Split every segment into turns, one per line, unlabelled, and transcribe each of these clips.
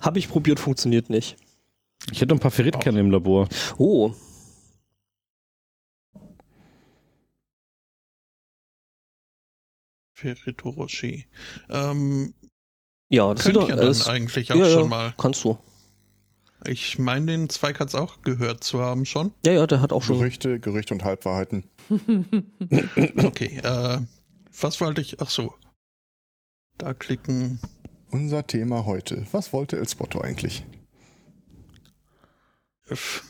Habe ich probiert, funktioniert nicht.
Ich hätte ein paar Ferritkerne im Labor.
Oh.
Ferrito Rocher. Ähm,
Ja, das
könnte ich
sieht
ja
doch-
dann
das-
eigentlich auch
ja, ja,
schon mal.
Kannst du.
Ich meine, den Zweikatz auch gehört zu haben schon.
Ja, ja, der hat auch
Mhm.
schon.
Gerüchte, Gerüchte und Halbwahrheiten.
Okay, äh, was wollte ich? Ach so. Da klicken.
Unser Thema heute. Was wollte El Spotto eigentlich?
Öff.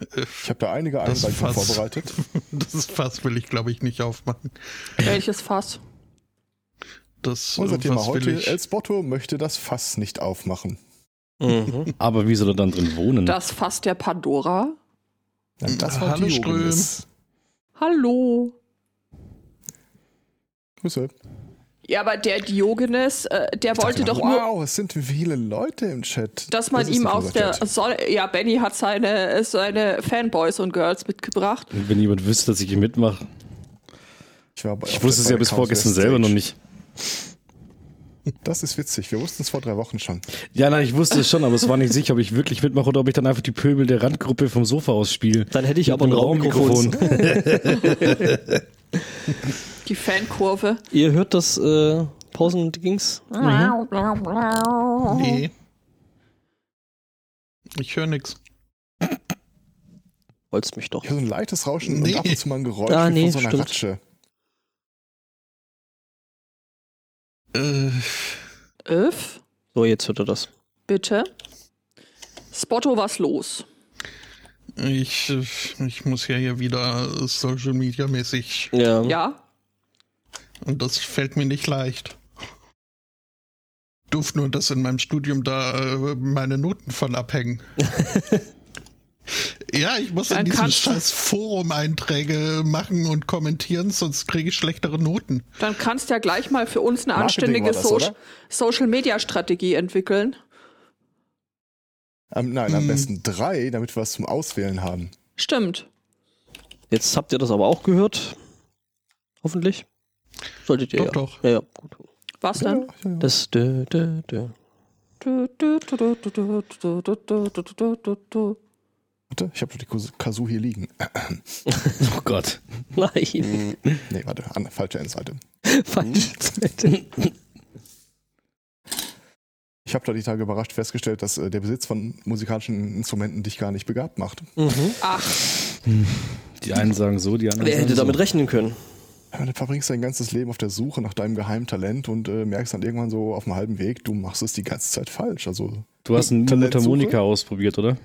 Ich
Öff.
habe da einige
Das
Einreichungen
Fass.
vorbereitet.
Das Fass will ich, glaube ich, nicht aufmachen.
Welches Fass?
Das,
Unser
äh,
Thema
was will
heute.
ich-
El Spotto möchte das Fass nicht aufmachen.
Mhm.
Aber wie soll er dann drin wohnen?
Das Fass der Pandora?
Ja, das war
Mhm. Hallo,
Diogenes.
Hallo.
Grüße.
Ja, aber der Diogenes, äh, der wollte
Dachte,
doch nur,
Wow, es sind viele Leute im Chat.
dass man
Das ist
ihm
nicht
aus
unser
der
Chat.
Sonne. Ja, Benny hat seine, seine Fanboys und Girls mitgebracht.
Wenn jemand wüsste, dass ich hier mitmache.
Ich, war bei-
Ich
auf
wusste
der
es ja bis
Counts
vorgestern
West
selber
Stage.
noch nicht.
Das ist witzig. Wir wussten es vor drei Wochen schon.
Ja, nein, ich wusste es schon, aber es war nicht sicher, ob ich wirklich mitmache oder ob ich dann einfach die Pöbel der Randgruppe vom Sofa aus spiele.
Dann hätte ich
Mit
aber ein
einem
Raummikrofon.
Die Fankurve.
Ihr hört das äh, Pausen-Dings?
Nee. Ich höre nichts.
Wolltest mich doch.
Ich höre so ein leichtes Rauschen
Nee.
und ab und zu mal ein Geräusch
Ah,
wie
nee,
von so einer
stimmt.
Ratsche.
Äh,
Öff,
So, jetzt hört er das.
bitte. Spotto, was los?
ich, äh, ich muss ja hier wieder Social Media mäßig
Ja.
Hm?
Ja?
und das fällt mir nicht leicht. Duft nur, dass in meinem Studium da äh, meine Noten von abhängen. ja, ich muss
Dann
in diesem
kannst du-
scheiß Forum Einträge machen und kommentieren, sonst kriege ich schlechtere Noten.
Dann kannst ja gleich mal für uns eine
Marketing
anständige
war das,
Soci-
oder?
Social-Media-Strategie entwickeln.
Ähm, nein, am
Hm.
besten drei, damit wir was zum Auswählen haben.
Stimmt.
Jetzt habt ihr das aber auch gehört. Hoffentlich. Solltet ihr
Doch,
ja.
doch.
Ja, ja, gut.
Was denn?
Ja, ja.
Das dö, dö, dö.
Warte, ich habe doch die Kus- Kazoo hier liegen.
Oh Gott.
Nein,
Nee, warte, an, falsche Endseite.
falsche Seite.
Ich habe da die Tage überrascht festgestellt, dass äh, der Besitz von musikalischen Instrumenten dich gar nicht begabt macht.
Hm.
Mhm.
Ach,
Die einen sagen so, die anderen
Wer
sagen
hätte
so.
damit rechnen können?
Ja, Du verbringst dein ganzes Leben auf der Suche nach deinem geheimen Talent und äh, merkst dann irgendwann so auf dem halben Weg, du machst es die ganze Zeit falsch. Also
Du hast einen
Talentsuche?
Mundharmonika ausprobiert, oder?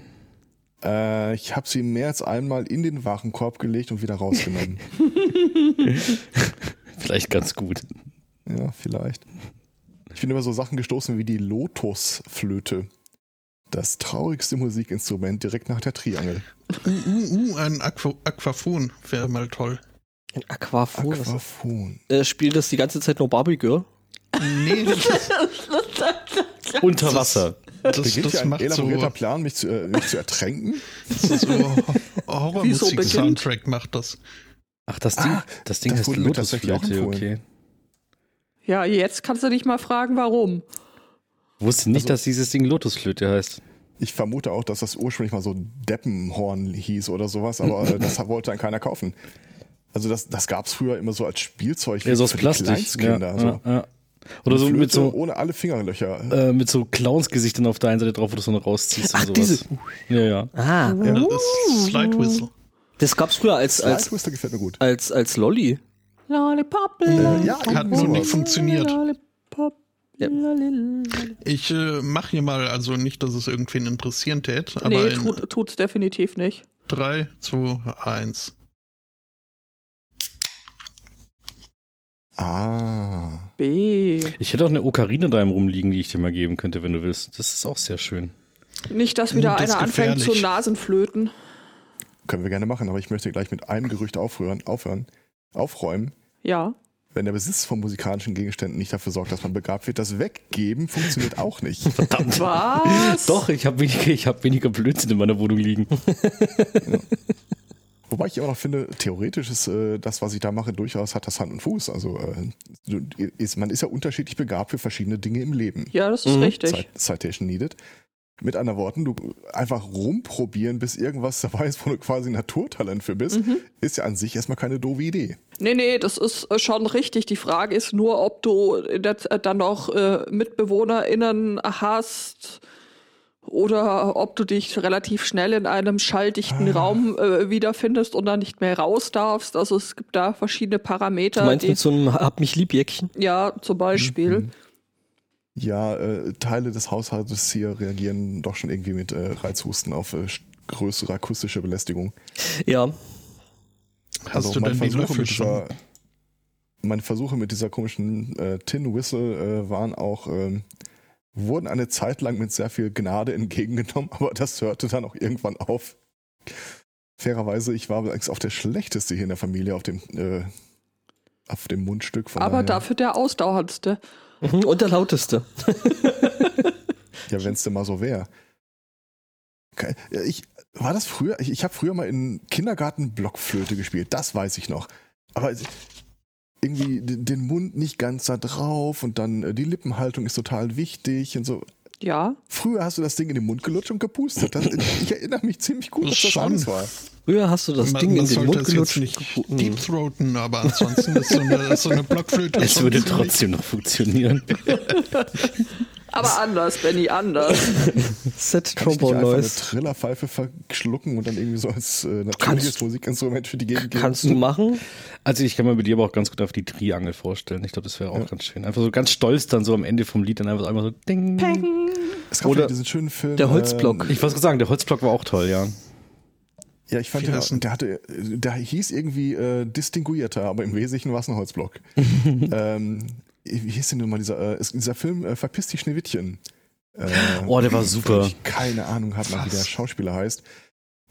äh, ich habe sie mehr als einmal in den Warenkorb gelegt und wieder rausgenommen.
Vielleicht ganz gut.
ja, vielleicht. Ich bin über so Sachen gestoßen wie die Lotusflöte. Das traurigste Musikinstrument direkt nach der Triangel.
Uh, uh, uh, ein Aqu Aquaphon wäre mal toll.
Ein Aquaphon. das-
Aquaphon.
Äh, spielt das die ganze Zeit nur Barbie Girl?
Nee, das,
Unter Wasser.
das,
Beginnt hier
das
ein
macht so,
elaborierter Plan, mich zu, äh, mich zu ertränken?
das ist so
Wieso beginnt?
Horrormusik-Soundtrack macht das.
Ach, das Ding, Ah, das Ding
das
heißt
wurde mir tatsächlich auch
Lotusflöte,
empfohlen.
okay.
ja, jetzt kannst du dich mal fragen, warum.
Wusste nicht,
Also-
dass dieses Ding Lotusflöte heißt.
Ich vermute auch, dass das ursprünglich mal so Deppenhorn hieß oder sowas, aber äh, das wollte dann keiner kaufen. Also das, das gab es früher immer so als Spielzeug
Ja, so aus
für die
Plastik. Ja,
Kleinstkinder. so.
ja, ja. also. Oder so
Flöte
mit so,
ohne alle Fingerlöcher.
äh, mit so Clownsgesichtern auf der einen Seite drauf, wo du so eine rausziehst
Ach,
und
diese.
sowas. Ja, ja.
Ah,
Ja, das
Uh.
ist Slide Whistle.
das gab's früher als,
Slide
als,
Twister gefällt mir gut.
als, als Lolly.
Lollipop,
Äh, ja,
Hat
sowas.
noch nicht funktioniert.
Lollipop.
Ja.
Ich äh, mache hier mal, also nicht, dass es irgendwen interessieren tät, aber
Nee,
in
tut, tut's definitiv nicht.
3, 2, 1.
Ah.
B.
Ich hätte auch eine Ocarina da im rumliegen, die ich dir mal geben könnte, wenn du willst. Das ist auch sehr schön.
Nicht, dass wieder
Das ist
einer anfängt zu
gefährlich.
Nasenflöten.
Können wir gerne machen, aber ich möchte gleich mit einem Gerücht aufhören, aufhören, aufräumen.
Ja.
Wenn der Besitz von musikalischen Gegenständen nicht dafür sorgt, dass man begabt wird, das Weggeben funktioniert auch nicht.
Verdammt.
Was?
Doch, ich habe weniger, ich hab weniger Blödsinn in meiner Wohnung liegen.
Wobei ich immer noch finde, theoretisch ist äh, das, was ich da mache, durchaus hat das Hand und Fuß. Also äh, du- ist, man ist ja unterschiedlich begabt für verschiedene Dinge im Leben.
Ja, das ist
Mhm.
richtig.
Cit- Citation needed. Mit anderen Worten, du einfach rumprobieren, bis irgendwas dabei ist, wo du quasi ein Naturtalent für bist,
Mhm.
ist ja an sich erstmal keine doofe Idee.
Nee, nee, das ist äh, schon richtig. Die Frage ist nur, ob du in der Z- äh, dann noch äh, MitbewohnerInnen hast oder ob du dich relativ schnell in einem schalldichten
Ah.
Raum äh, wiederfindest und dann nicht mehr raus darfst. Also es gibt da verschiedene Parameter.
Du meinst
die-
mit so Mhm, einem Hab mich lieb Jäckchen?
ja, zum Beispiel.
Ja, äh, Teile des Haushaltes hier reagieren doch schon irgendwie mit äh, Reizhusten auf äh, st- größere akustische Belästigung.
Ja.
Hast du denn die Suche
Also mit
mit schon?
dieser, meine Versuche mit dieser komischen äh, Tin Whistle äh, waren auch, ähm, wurden eine Zeit lang mit sehr viel Gnade entgegengenommen, aber das hörte dann auch irgendwann auf. Fairerweise, ich war allerdings auch der Schlechteste hier in der Familie auf dem, äh, auf dem Mundstück von
Aber
daher-
dafür der ausdauerndste.
Mhm, Und der lauteste.
Ja, wenn es denn mal so wäre. Ke- ja, Ich, war das früher? Ich, ich habe früher mal in Kindergarten Blockflöte gespielt, das weiß ich noch. Aber es- irgendwie d- den Mund nicht ganz da drauf und dann äh, die Lippenhaltung ist total wichtig und so.
Ja.
Früher hast du das Ding in den Mund gelutscht und gepustet. Das, ich erinnere mich ziemlich gut, dass das
Schon.
alles war.
Früher hast du das
man,
Ding
man
in den
sollte
Mund
es
gelutscht.
Jetzt nicht
Mhm.
hm.
deep throaten, aber ansonsten ist so eine, so eine Blockflöte.
Es
schon
würde
ziemlich-
trotzdem noch funktionieren.
Aber anders, Benny, anders.
Set
Kann ich nicht
Trombone
einfach eine
Noise.
Trillerpfeife verschlucken und dann irgendwie so als äh, natürliches
Kannst-
Musikinstrument für die Gegend geben?
Kannst du machen?
Also ich kann mir bei dir aber auch ganz gut auf die Triangel vorstellen. Ich glaube, das wäre auch ganz schön. Einfach so ganz stolz dann so am Ende vom Lied dann einfach einmal so Ding.
Es gab
Oder
ja diesen schönen Film.
der
ähm,
Holzblock.
Ich wollte gerade sagen, der Holzblock war auch toll, ja.
Ja, ich fand
Wie
den,
heißt denn-
der hatte, der hieß irgendwie äh, distinguierter, aber im Wesentlichen war es ein Holzblock. ähm, wie hieß denn nun mal dieser, äh, es- dieser Film äh, Verpiss die Schneewittchen? Äh,
Oh, der war super.
Ich keine Ahnung habe, wie
Was?
der Schauspieler heißt.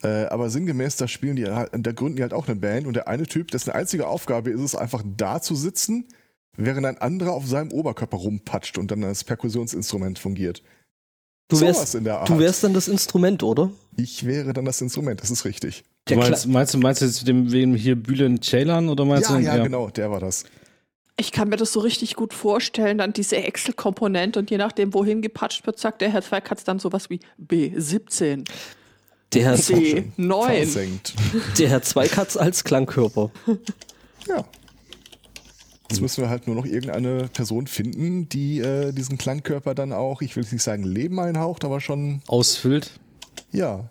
Äh, aber sinngemäß, da spielen die, halt- da gründen die halt auch eine Band und der eine Typ, dessen einzige Aufgabe ist es, einfach da zu sitzen, während ein anderer auf seinem Oberkörper rumpatscht und dann als Perkussionsinstrument fungiert.
Du
Sowas
wärst,
in der Art.
du wärst dann das Instrument, oder?
ich wäre dann das Instrument, das ist richtig.
Du meinst, meinst, du- meinst du jetzt mit dem wem hier Bülen Ceylan oder meinst
ja,
du?
ja, genau, der war das.
Ich kann mir das so richtig gut vorstellen, dann diese Excel-Komponente und je nachdem, wohin gepatscht wird, sagt der Herr Zweikatz dann sowas wie B17,
Der Herr,
C9.
Versenkt.
der Herr Zweikatz als Klangkörper.
Ja. Jetzt müssen wir halt nur noch irgendeine Person finden, die äh, diesen Klangkörper dann auch, ich will jetzt nicht sagen Leben einhaucht, aber schon,
Ausfüllt.
ja.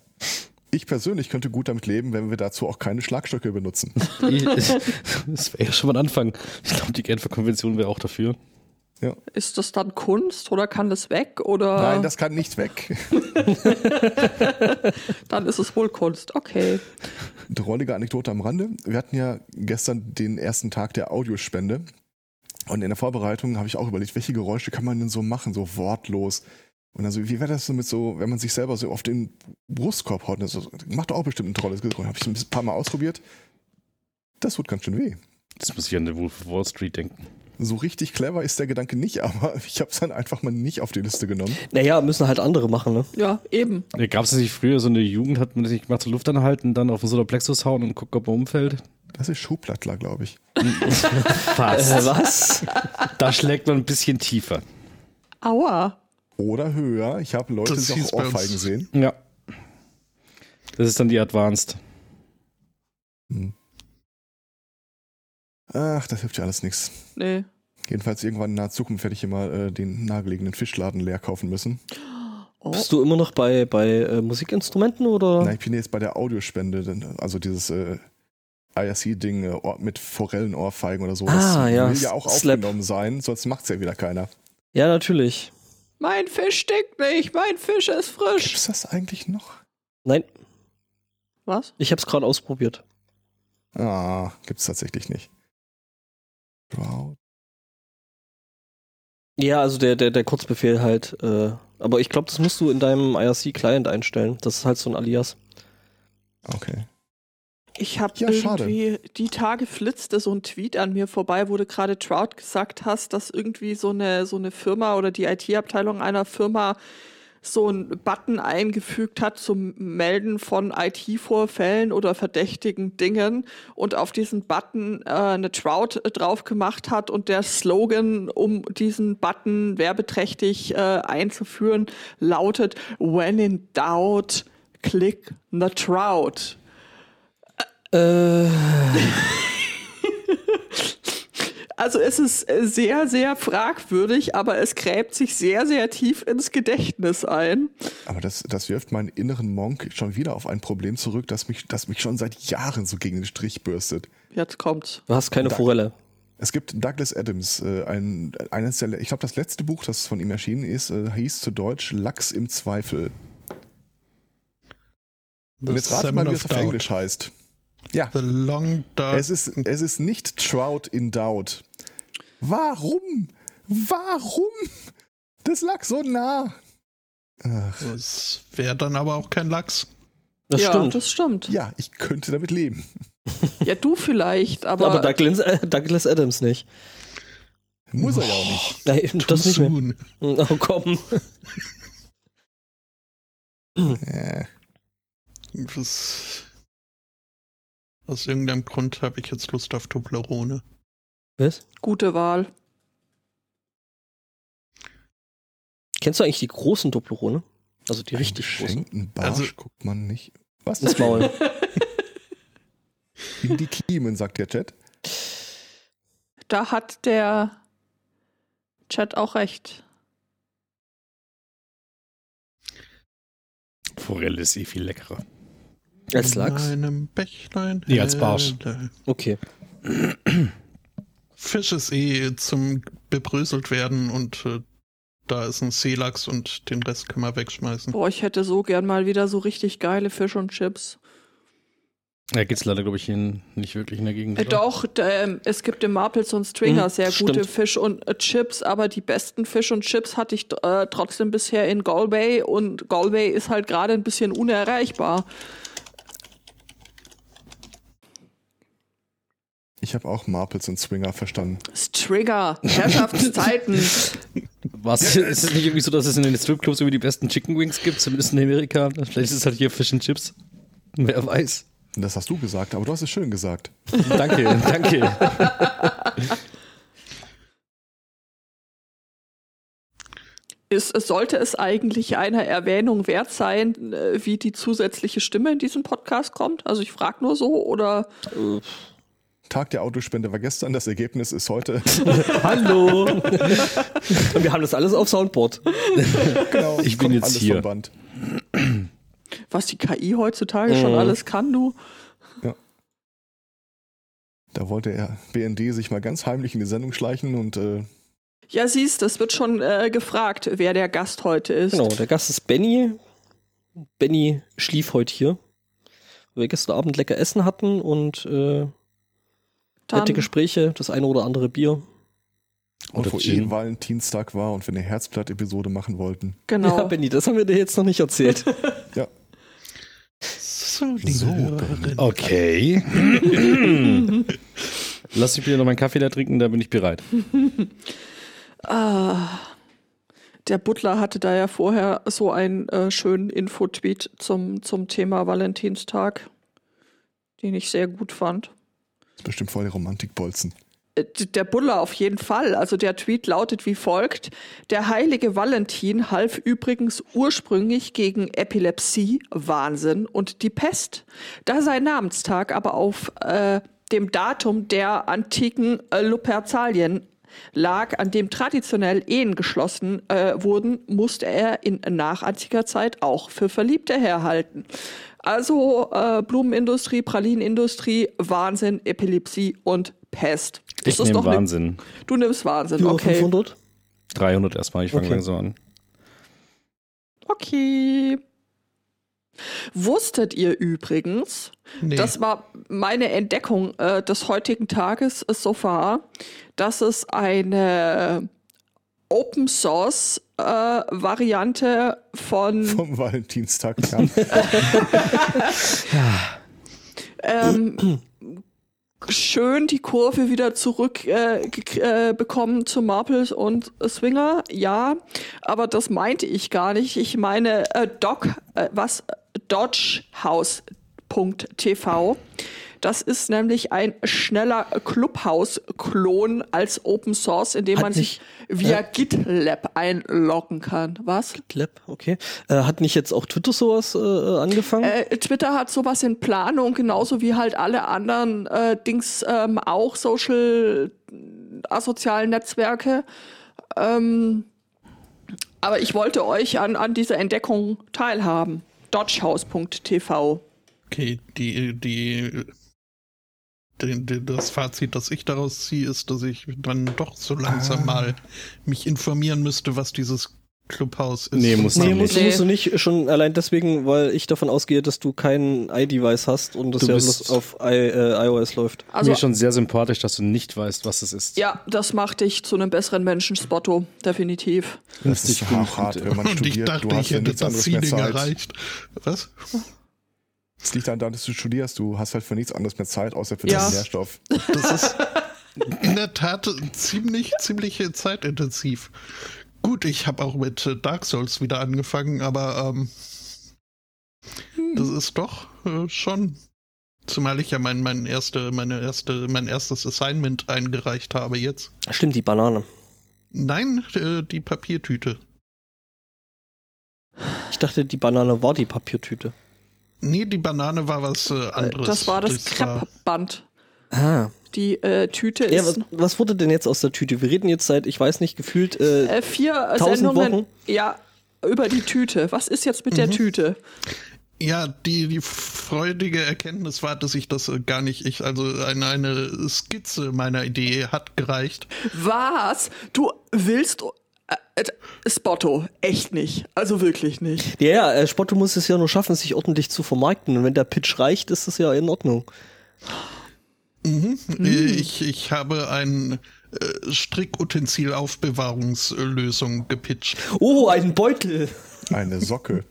Ich persönlich könnte gut damit leben, wenn wir dazu auch keine Schlagstöcke benutzen.
Ich- das wäre ja schon mal ein Anfang. Ich glaube, die Genfer Konvention wäre auch dafür.
Ist das dann Kunst oder kann das weg oder
Nein, das kann nicht weg.
dann ist es wohl Kunst? Okay.
drollige Anekdote am Rande. Wir hatten ja gestern den ersten Tag der Audiospende. Und in der Vorbereitung habe ich auch überlegt, welche Geräusche kann man denn so machen, so wortlos. Und also, wie wäre das denn mit so, wenn man sich selber so auf den Brustkorb haut? Das macht doch auch bestimmt ein tolles Geräusch. Habe ich ein paar Mal ausprobiert. Das tut ganz schön weh.
Das muss ich an den Wolf of Wall Street denken.
So richtig clever ist der Gedanke nicht, aber ich habe es dann einfach mal nicht auf die Liste genommen.
Naja, müssen halt andere machen, ne?
Ja, eben.
Gab es nicht früher so eine Jugend, hat man das nicht gemacht, so Luft anhalten, dann auf den Solarplexus hauen und gucken, ob man umfällt?
Das ist Schuhplattler, glaube ich.
Äh,
Fast.
was?
da schlägt man ein bisschen tiefer.
Aua.
Oder höher. Ich habe Leute,
Das
die
hieß
auch
bei uns-
Ohrfeigen sehen.
Ja. Das ist dann die Advanced.
Ach, das hilft ja alles nichts.
Nee.
Jedenfalls irgendwann in naher Zukunft werde ich hier mal äh, den nahegelegenen Fischladen leer kaufen müssen.
Oh.
Bist du immer noch bei, bei äh, Musikinstrumenten oder?
Nein, ich bin jetzt bei der Audiospende, denn, also dieses äh, IRC-Ding äh, Ohr- mit Forellenohrfeigen oder so.
Ah,
das
ja,
will ja auch
Slap.
aufgenommen sein, sonst macht's ja wieder keiner.
Ja, natürlich.
Mein Fisch stinkt nicht, mein Fisch ist frisch.
Gibt's das eigentlich noch?
Nein,
Was?
ich hab's gerade ausprobiert.
Ah, gibt's tatsächlich nicht. Wow.
Ja, also der, der, der Kurzbefehl halt. Äh, aber ich glaube, das musst du in deinem IRC-Client einstellen. Das ist halt so ein Alias.
Okay.
Ich habe
Ja, schade.
irgendwie die Tage flitzte so ein Tweet an mir vorbei, wo du gerade Trout gesagt hast, dass irgendwie so eine so eine Firma oder die IT-Abteilung einer Firma so einen Button eingefügt hat zum Melden von IT-Vorfällen oder verdächtigen Dingen und auf diesen Button äh, eine Trout drauf gemacht hat und der Slogan, um diesen Button werbeträchtig äh, einzuführen, lautet When in doubt, click the Trout.
Äh,
Also es ist äh, sehr, sehr fragwürdig, aber es gräbt sich sehr, sehr tief ins Gedächtnis ein.
Aber das, das wirft meinen inneren Monk schon wieder auf ein Problem zurück, das mich, das mich schon seit Jahren so gegen den Strich bürstet.
Jetzt kommt's.
du hast keine
Danke.
Forelle.
Es gibt Douglas Adams, äh, ein, eines der, ich glaube, das letzte Buch, das von ihm erschienen ist, äh, hieß zu Deutsch Lachs im Zweifel.
The
Und jetzt ratet
Salmon
mal, wie
of
es auf
Doubt. Ah.
Englisch heißt. Ja,
The Long Dark.
es ist, es ist nicht Trout in Doubt. Warum? Warum? Das lag so nah. Ach,
Das wäre dann aber auch kein Lachs.
Das
ja,
stimmt.
das stimmt.
ja, ich könnte damit leben.
Ja, du vielleicht, aber,
aber Douglas, äh, Douglas Adams nicht.
Muss er ja auch nicht.
Nein, das
Too
nicht mehr.
soon.
Oh komm.
Äh,
Das, aus irgendeinem Grund habe ich jetzt Lust auf Toblerone.
Was?
gute Wahl.
Kennst du eigentlich die großen Dopplerone? Also die richtig großen.
Schenkten Barsch
Also-
guckt man nicht. Was?
Ins Maul.
In die Kiemen, sagt der Chat.
Da hat der Chat auch recht.
Forelle ist eh viel leckerer.
Als Lachs.
In einem Bächlein.
Nee, als Barsch.
helle.
Okay.
Fisch ist eh zum bebröselt werden und äh, da ist ein Seelachs und den Rest kann man
Hm.
wegschmeißen.
Boah, ich hätte so gern mal wieder so richtig geile Fisch und Chips.
Da geht's leider, glaube ich, in, nicht wirklich in der Gegend.
Äh,
oder?
doch, d- ähm, es gibt im Marples und Stringer
Mhm,
sehr
stimmt.
gute Fisch und äh, Chips, aber die besten Fisch und Chips hatte ich äh, trotzdem bisher in Galway und Galway ist halt gerade ein bisschen unerreichbar.
Ich habe auch Marples und Swinger verstanden.
Stringer, Herrschaftszeiten.
Was? Ist es nicht irgendwie so, dass es in den Stripclubs irgendwie die besten Chicken Wings gibt, zumindest in Amerika? Vielleicht ist es halt hier Fish and Chips. Wer weiß.
Das hast du gesagt, aber du hast es schön gesagt.
Danke, danke.
Ist, es sollte es eigentlich einer Erwähnung wert sein, äh, wie die zusätzliche Stimme in diesem Podcast kommt? Also ich frage nur so oder
Äh,
Tag der Autospende war gestern, das Ergebnis ist heute.
hallo. Und wir haben das alles auf Soundboard.
Genau,
Ich bin
kommt
jetzt
alles
hier.
vom Band.
was die KI heutzutage schon
Mhm.
alles kann, du?
Da wollte er BND sich mal ganz heimlich in die Sendung schleichen und äh,
Ja, siehst, das wird schon äh, gefragt, wer der Gast heute ist.
Genau, der Gast ist Benny. Benny schlief heute hier. Weil wir gestern Abend lecker Essen hatten und äh,
Dann,
nette Gespräche, das eine oder andere Bier.
und
Oder
wo
Gin.
eh Valentinstag war und wir eine Herzblatt-Episode machen wollten.
genau.
Ja, Benny, das haben wir dir jetzt noch nicht erzählt.
So, liebe
So, Oh,
Hörerin.
Okay. Lass mich bitte noch meinen Kaffee da trinken, da bin ich bereit.
ah, der Butler hatte da ja vorher so einen äh, schönen Infotweet zum, zum Thema Valentinstag, den ich sehr gut fand.
Ist bestimmt voll der Romantikbolzen.
Äh, d- Der Buller auf jeden Fall. Also der Tweet lautet wie folgt. Der heilige Valentin half übrigens ursprünglich gegen Epilepsie, Wahnsinn und die Pest. Da sein Namenstag aber auf äh, dem Datum der antiken äh, Luperzalien lag, an dem traditionell Ehen geschlossen äh, wurden, musste er in nachantiker Zeit auch für Verliebte herhalten. Also äh, Blumenindustrie, Pralinenindustrie, Wahnsinn, Epilepsie und Pest.
Ich
Das ist
nehme
doch ne-
Wahnsinn.
Du nimmst Wahnsinn,
Euro
okay.
500.
300 erstmal, ich fange
Okay.
langsam an.
Okay. Wusstet ihr übrigens,
Nee,
das war meine Entdeckung äh, des heutigen Tages äh, so far, dass es eine Open Source äh, Variante von
Vom Valentinstag kam.
ähm, schön die Kurve wieder zurück äh, gek- äh, bekommen zu Marples und Swinger, ja. Aber das meinte ich gar nicht. Ich meine äh, Doc, äh, was Dodgehouse.tv. Das ist nämlich ein schneller Clubhouse-Klon als Open Source, in dem
Hat
man sich via GitLab einloggen kann. Was?
Lab, okay. Äh, hat nicht jetzt auch Twitter sowas äh, äh, angefangen?
Äh, Twitter hat sowas in Planung, genauso wie halt alle anderen äh, Dings ähm, auch Social, asozialen Netzwerke. Ähm, aber ich wollte euch an, an dieser Entdeckung teilhaben. Dodgehouse.tv.
Okay, die, die, die, die, das Fazit, das ich daraus ziehe, ist, dass ich dann doch so
Ah.
langsam mal mich informieren müsste, was dieses Clubhaus ist.
Nee, muss
Nee,
man
musst,
nicht.
Nee.
musst du nicht. Schon allein deswegen, weil ich davon ausgehe, dass du kein iDevice hast und das
Du
ja
bist-
bloß auf I, äh, iOS läuft.
Also
Mir schon sehr sympathisch, dass du nicht weißt, was es ist.
ja, das macht dich zu einem besseren Menschen, Spotto, definitiv.
Das ist ja auch hart, wenn man
Und ich
studiert.
dachte,
du hast
ich
ja
hätte
nichts
das
anderes mehr
Ceiling
Zeit.
erreicht. Was?
Es liegt daran, dass du studierst. Du hast halt für nichts anderes mehr Zeit, außer für
Ja.
diesen Nährstoff.
Das ist in der Tat ziemlich, ziemlich zeitintensiv. Gut, ich habe auch mit äh, Dark Souls wieder angefangen, aber ähm, das ist doch äh, schon. Zumal ich ja mein, mein, erste, meine erste, mein erstes Assignment eingereicht habe jetzt.
Stimmt, die Banane.
Nein, äh, die Papiertüte.
Ich dachte, die Banane war die Papiertüte.
Nee, die Banane war was äh,
Äh,
anderes.
Das war das
war-
Kreppband.
Ah.
Die äh, Tüte
Ja,
ist
was, was wurde denn jetzt aus der Tüte? Wir reden jetzt seit, ich weiß nicht, gefühlt. Äh,
äh, vier
Tausend
Sendungen
Wochen? Mhm.
Ja, über die Tüte. Was ist jetzt mit der Tüte?
Ja, die, die freudige Erkenntnis war, dass ich das äh, gar nicht, ich, also eine, eine Skizze meiner Idee hat gereicht.
Was? Du willst. Äh, äh, Spotto, echt nicht. Also wirklich nicht.
ja, ja, äh, Spotto muss es ja nur schaffen, sich ordentlich zu vermarkten. Und wenn der Pitch reicht, ist das ja in Ordnung.
Mhm.
Äh, Ich, ich habe ein äh, Strickutensil-Aufbewahrungslösung gepitcht.
Oh, ein Beutel.
Eine Socke.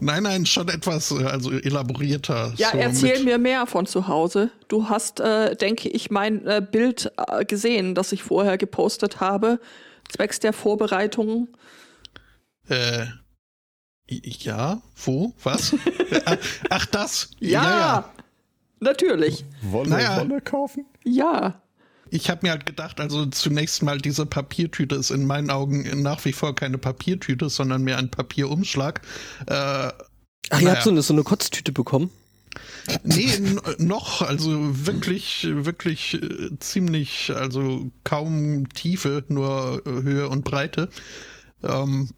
Nein, nein, schon etwas, äh, also elaborierter.
Ja,
so
erzähl
mit-
mir mehr von zu Hause. Du hast, äh, denke ich, mein äh, Bild äh, gesehen, das ich vorher gepostet habe, zwecks der Vorbereitungen.
Äh, ja, wo, was? Äh, Ach, das.
Ja, natürlich.
Wolle,
Naja.
Wolle kaufen?
Ja.
Ich habe mir halt gedacht, also zunächst mal diese Papiertüte ist in meinen Augen nach wie vor keine Papiertüte, sondern mehr ein Papierumschlag. Äh,
Ach, ihr
Naja.
habt so eine, so eine Kotztüte bekommen.
nee, n- noch, also wirklich, wirklich äh, ziemlich, also kaum Tiefe, nur äh, Höhe und Breite. Ähm,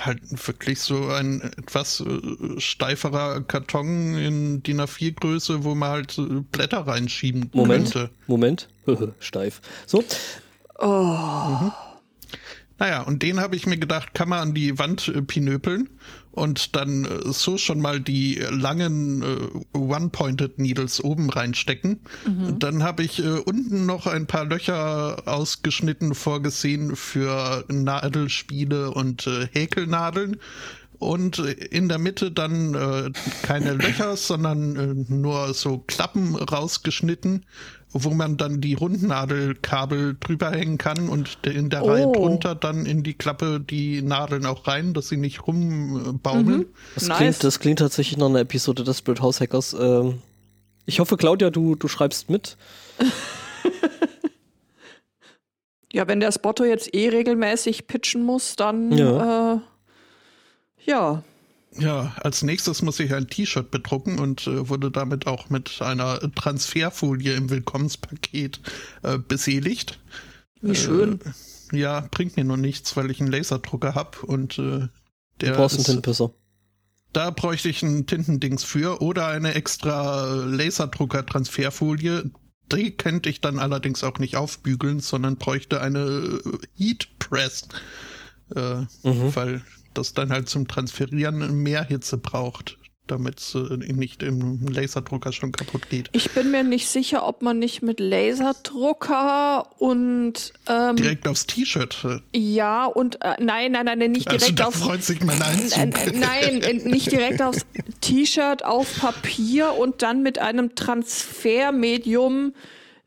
halt wirklich so ein etwas äh, steiferer Karton in DIN A4 Größe, wo man halt äh, Blätter reinschieben
Moment.
könnte.
Moment. Steif. So.
Naja, und den habe ich mir gedacht, kann man an die Wand äh, pinöpeln und dann äh, so schon mal die äh, langen äh, One-Pointed Needles oben reinstecken. Und dann habe ich äh, unten noch ein paar Löcher ausgeschnitten vorgesehen für Nadelspiele und äh, Häkelnadeln. Und äh, in der Mitte dann äh, keine Löcher, sondern äh, nur so Klappen rausgeschnitten, wo man dann die Rundnadelkabel drüber hängen kann und de- in der Reihe
Oh.
drunter dann in die Klappe die Nadeln auch rein, dass sie nicht rumbaumeln.
Das,
Nice.
klingt, das klingt tatsächlich nach einer Episode Desperate House Hackers. Ähm, ich hoffe, Claudia, du, du schreibst mit.
Ja, wenn der Spotto jetzt eh regelmäßig pitchen muss, dann.
Ja.
Äh, ja.
Ja, als nächstes muss ich ein T-Shirt bedrucken und äh, wurde damit auch mit einer Transferfolie im Willkommenspaket äh, beseligt.
Wie schön.
Äh, ja, bringt mir nur nichts, weil ich einen Laserdrucker hab und äh,
Du
der
brauchst einen
ist-
Tintenpisser.
Da bräuchte ich ein Tintendings für oder eine extra Laserdrucker-Transferfolie. Die könnte ich dann allerdings auch nicht aufbügeln, sondern bräuchte eine äh, Heat Press, äh,
Mhm.
weil das dann halt zum Transferieren mehr Hitze braucht, damit es äh, nicht im Laserdrucker schon kaputt geht.
Ich bin mir nicht sicher, ob man nicht mit Laserdrucker und ähm,
Direkt aufs T-Shirt. äh,
ja und äh, nein, nein, nein, nein, nicht
Also
direkt
da
auf
freut sich mein
äh,
Einzug.
äh, nein, äh, nicht direkt aufs T-Shirt auf Papier und dann mit einem Transfermedium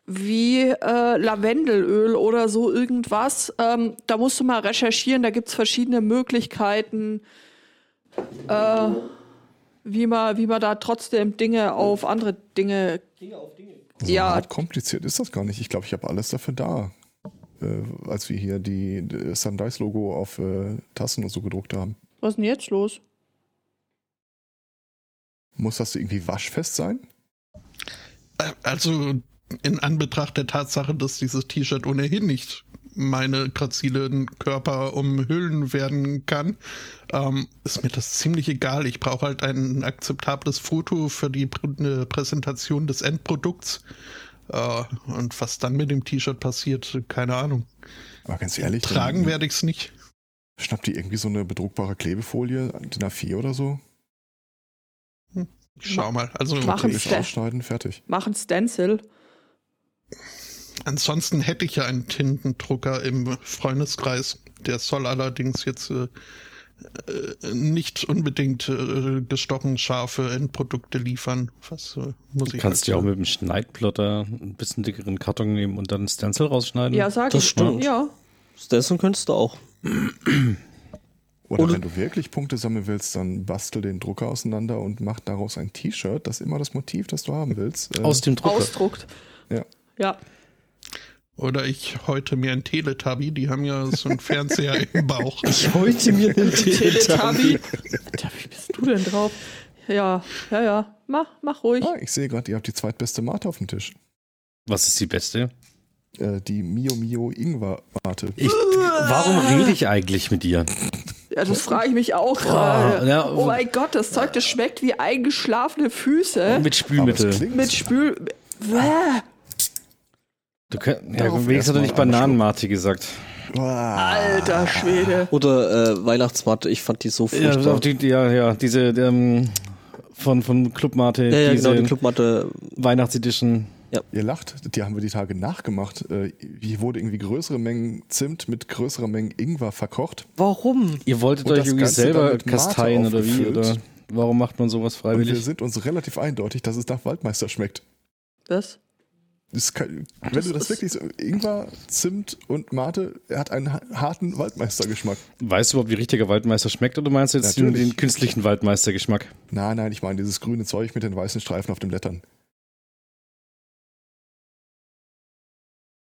wie äh, Lavendelöl oder so irgendwas. Ähm, da musst du mal recherchieren, da gibt's verschiedene Möglichkeiten, äh, wie, man, wie man da trotzdem Dinge auf andere Dinge.
So
Ja.
hart kompliziert ist das gar nicht. Ich glaube, ich habe alles dafür da. Äh, als wir hier die äh, Sundice-Logo auf äh, Tassen und so gedruckt haben.
Was ist denn jetzt los?
Muss das irgendwie waschfest sein?
Äh, Also in Anbetracht der Tatsache, dass dieses T-Shirt ohnehin nicht meine grazilen Körper umhüllen werden kann, ähm, ist mir das ziemlich egal. Ich brauche halt ein akzeptables Foto für die Pr äh, Präsentation des Endprodukts. Äh, und was dann mit dem T-Shirt passiert, keine Ahnung.
Aber ganz ehrlich, dann
Tragen werde ich es nicht.
schnappt die irgendwie so eine bedruckbare Klebefolie, DIN A4 oder so,
Ich schau mal. Also
Machen
klebig
Ste-
ausschneiden, fertig.
Mach ein Stencil.
Ansonsten hätte ich ja einen Tintendrucker im Freundeskreis. Der soll allerdings jetzt äh, äh, nicht unbedingt äh, gestochen scharfe Endprodukte liefern. Was äh, muss
Du
ich
kannst ja
halt
auch
so-
mit dem Schneidplotter einen bisschen dickeren Karton nehmen und dann einen Stencil rausschneiden.
Ja, sag
Das
ich.
stimmt.
Ja.
Stencil könntest du auch.
Oder
Oder-
wenn du wirklich Punkte sammeln willst, dann bastel den Drucker auseinander und mach daraus ein T-Shirt, das ist immer das Motiv, das du haben willst. Äh,
Aus dem Drucker.
Ausdruckt.
Ja.
Ja.
Oder ich heute mir ein Teletubby, die haben ja so einen Fernseher im Bauch.
Ich wollte mir einen
Teletubby. Alter, Wie bist du denn drauf? Ja, ja, ja. Mach, mach ruhig.
ah, ich sehe gerade, ihr habt die zweitbeste Mate auf dem Tisch.
Was ist die beste?
Äh, die Mio Mio Ingwer Mate.
Ich, warum rede ich eigentlich mit dir?
Ja, das frage ich mich auch gerade.
ja.
oh mein Gott, das Zeug, das schmeckt wie eingeschlafene
Oh,
Mit
Füße
Aber es
Spülmittel.
klingt-
mit Spül. Bäh.
Du könnt, ja,
Darauf
wenigstens hat er
erstmal
nicht Bananenmate gesagt.
Uah.
Alter Schwede.
Oder äh, Weihnachtsmatte, ich fand die so
Ja,
furchtbar.
die, ja, ja, diese ähm, von, von Club Mate,
Ja, ja,
diese
genau, die Clubmatte.
Weihnachtsedition.
Ihr lacht, die haben wir die Tage nachgemacht. Äh, hier wurde irgendwie größere Mengen Zimt mit größerer Mengen Ingwer verkocht.
Warum?
Ihr wolltet
Und
euch
das
irgendwie
Ganze dann
selber
mit Mate
kasteien oder wie?
aufgefüllt.
Oder warum macht man sowas
Und wir
freiwillig?
sind uns relativ eindeutig, dass es nach Waldmeister schmeckt.
Was?
Das ist kein, wenn du das
ist-
wirklich so, Ingwer, Zimt und Mate, er hat einen ha- harten Waldmeistergeschmack.
Weißt du überhaupt, wie richtiger Waldmeister schmeckt oder meinst du jetzt nur
Natürlich.
den künstlichen Waldmeistergeschmack?
Nein, nein, ich meine dieses grüne Zeug mit den weißen Streifen auf den Blättern.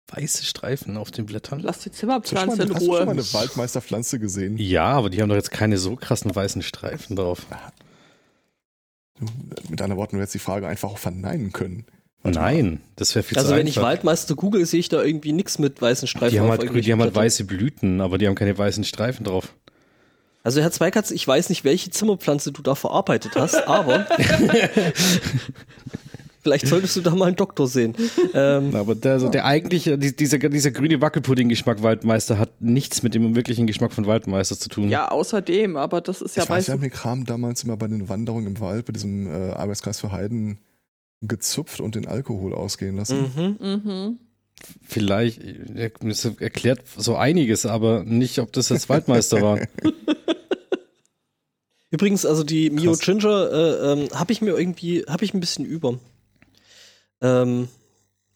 Weiße Streifen auf den Blättern?
Lass die
Hast du schon mal
Zimmerpflanze in
eine, hast du schon mal
Ruhe.
eine Waldmeisterpflanze gesehen?
Ja, aber die haben doch jetzt keine so krassen weißen Streifen drauf.
Mit anderen Worten, du hättest die Frage einfach auch verneinen können.
Nein, das wäre viel
Also
zu
wenn ich
einfach.
Waldmeister google, sehe ich da irgendwie nichts mit weißen Streifen.
die haben,
auf
halt, grü- die
irgendwelchen
haben halt
Blättern.
weiße Blüten, aber die haben keine weißen Streifen drauf.
Also Herr Zweikatz, ich weiß nicht, welche Zimmerpflanze du da verarbeitet hast, aber vielleicht solltest du da mal einen Doktor sehen. Ähm,
Na, Aber der, also der eigentliche, die- dieser, dieser grüne Wackelpudding-Geschmack Waldmeister hat nichts mit dem wirklichen Geschmack von Waldmeister zu tun.
Ja, außerdem, aber das ist ja
ich weiß,
weißt
wir haben
du,
den Kram damals immer bei den Wanderungen im Wald, bei diesem äh, Arbeitskreis für Heiden, gezupft und den Alkohol ausgehen lassen.
mhm.
mhm.
Vielleicht äh, das erklärt so einiges, aber nicht, ob das jetzt Waldmeister war.
Übrigens, also die Mio
Krass.
Ginger äh, ähm, habe ich mir irgendwie, habe ich ein bisschen über. Ähm,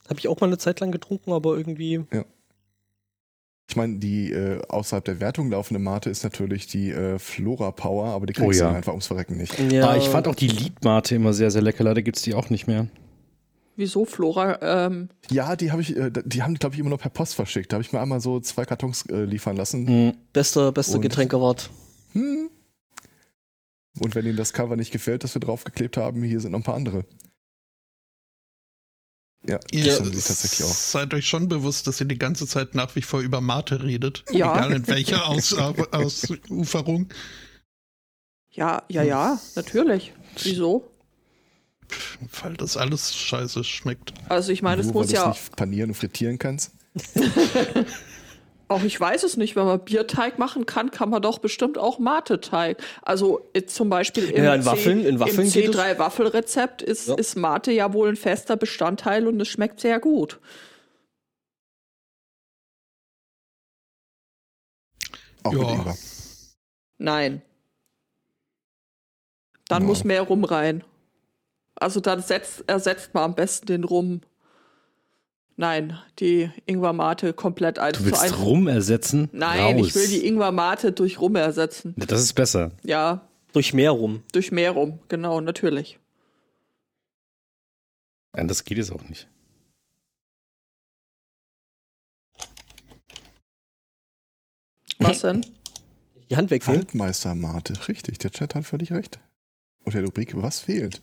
habe ich auch mal eine Zeit lang getrunken, aber irgendwie
Ich meine, die äh, außerhalb der Wertung laufende Mate ist natürlich die äh, Flora Power, aber die
Oh
kriegst
ja.
du einfach ums Verrecken nicht.
ja,
Ah, ich fand auch die Liedmate immer sehr, sehr lecker. Leider gibt's die auch nicht mehr.
Wieso Flora? Ähm,
Ja, die habe ich, äh, die haben, glaube ich, immer noch per Post verschickt. Da habe ich mir einmal so zwei Kartons äh, liefern lassen.
Hm.
bester bester
Und-
Getränkewart.
Hm. Und wenn ihnen das Cover nicht gefällt, das wir draufgeklebt haben, hier sind noch ein paar andere. Ja, das
Ihr
haben die tatsächlich auch.
seid euch schon bewusst, dass ihr die ganze Zeit nach wie vor über Mate redet.
Ja.
Egal in welcher Aus Ausuferung.
ja, ja, ja,
Hm.
natürlich. Wieso?
Weil das alles scheiße schmeckt.
Also ich meine, es
Nur, weil
muss
du es
ja
nicht panieren und frittieren kannst.
auch, ich weiß es nicht, wenn man Bierteig machen kann, kann man doch bestimmt auch Mateteig. Also äh, zum Beispiel im
Ja, in
C-
Waffeln- in Waffeln
im
geht es.
C3 Waffelrezept ist,
Ja.
ist Mate ja wohl ein fester Bestandteil und es schmeckt sehr gut.
Auch
Ja.
mit Ingwer.
Nein. Dann
Ja.
muss mehr Rum rein. Also dann setzt, ersetzt man am besten den Rum. Nein, die Ingwer-Mate komplett eins
Du
zu
willst
eins.
rum ersetzen?
Nein,
Raus.
ich will die E- Ingwer-Mate durch Rum ersetzen.
Ja, Das ist besser.
Ja,
Durch mehr rum.
durch mehr Rum, genau, natürlich.
Nein, das geht jetzt auch nicht.
Was denn?
Die Hand wechseln.
Waldmeister Mate, richtig, der Chat hat völlig recht. Und der Rubrik, was fehlt?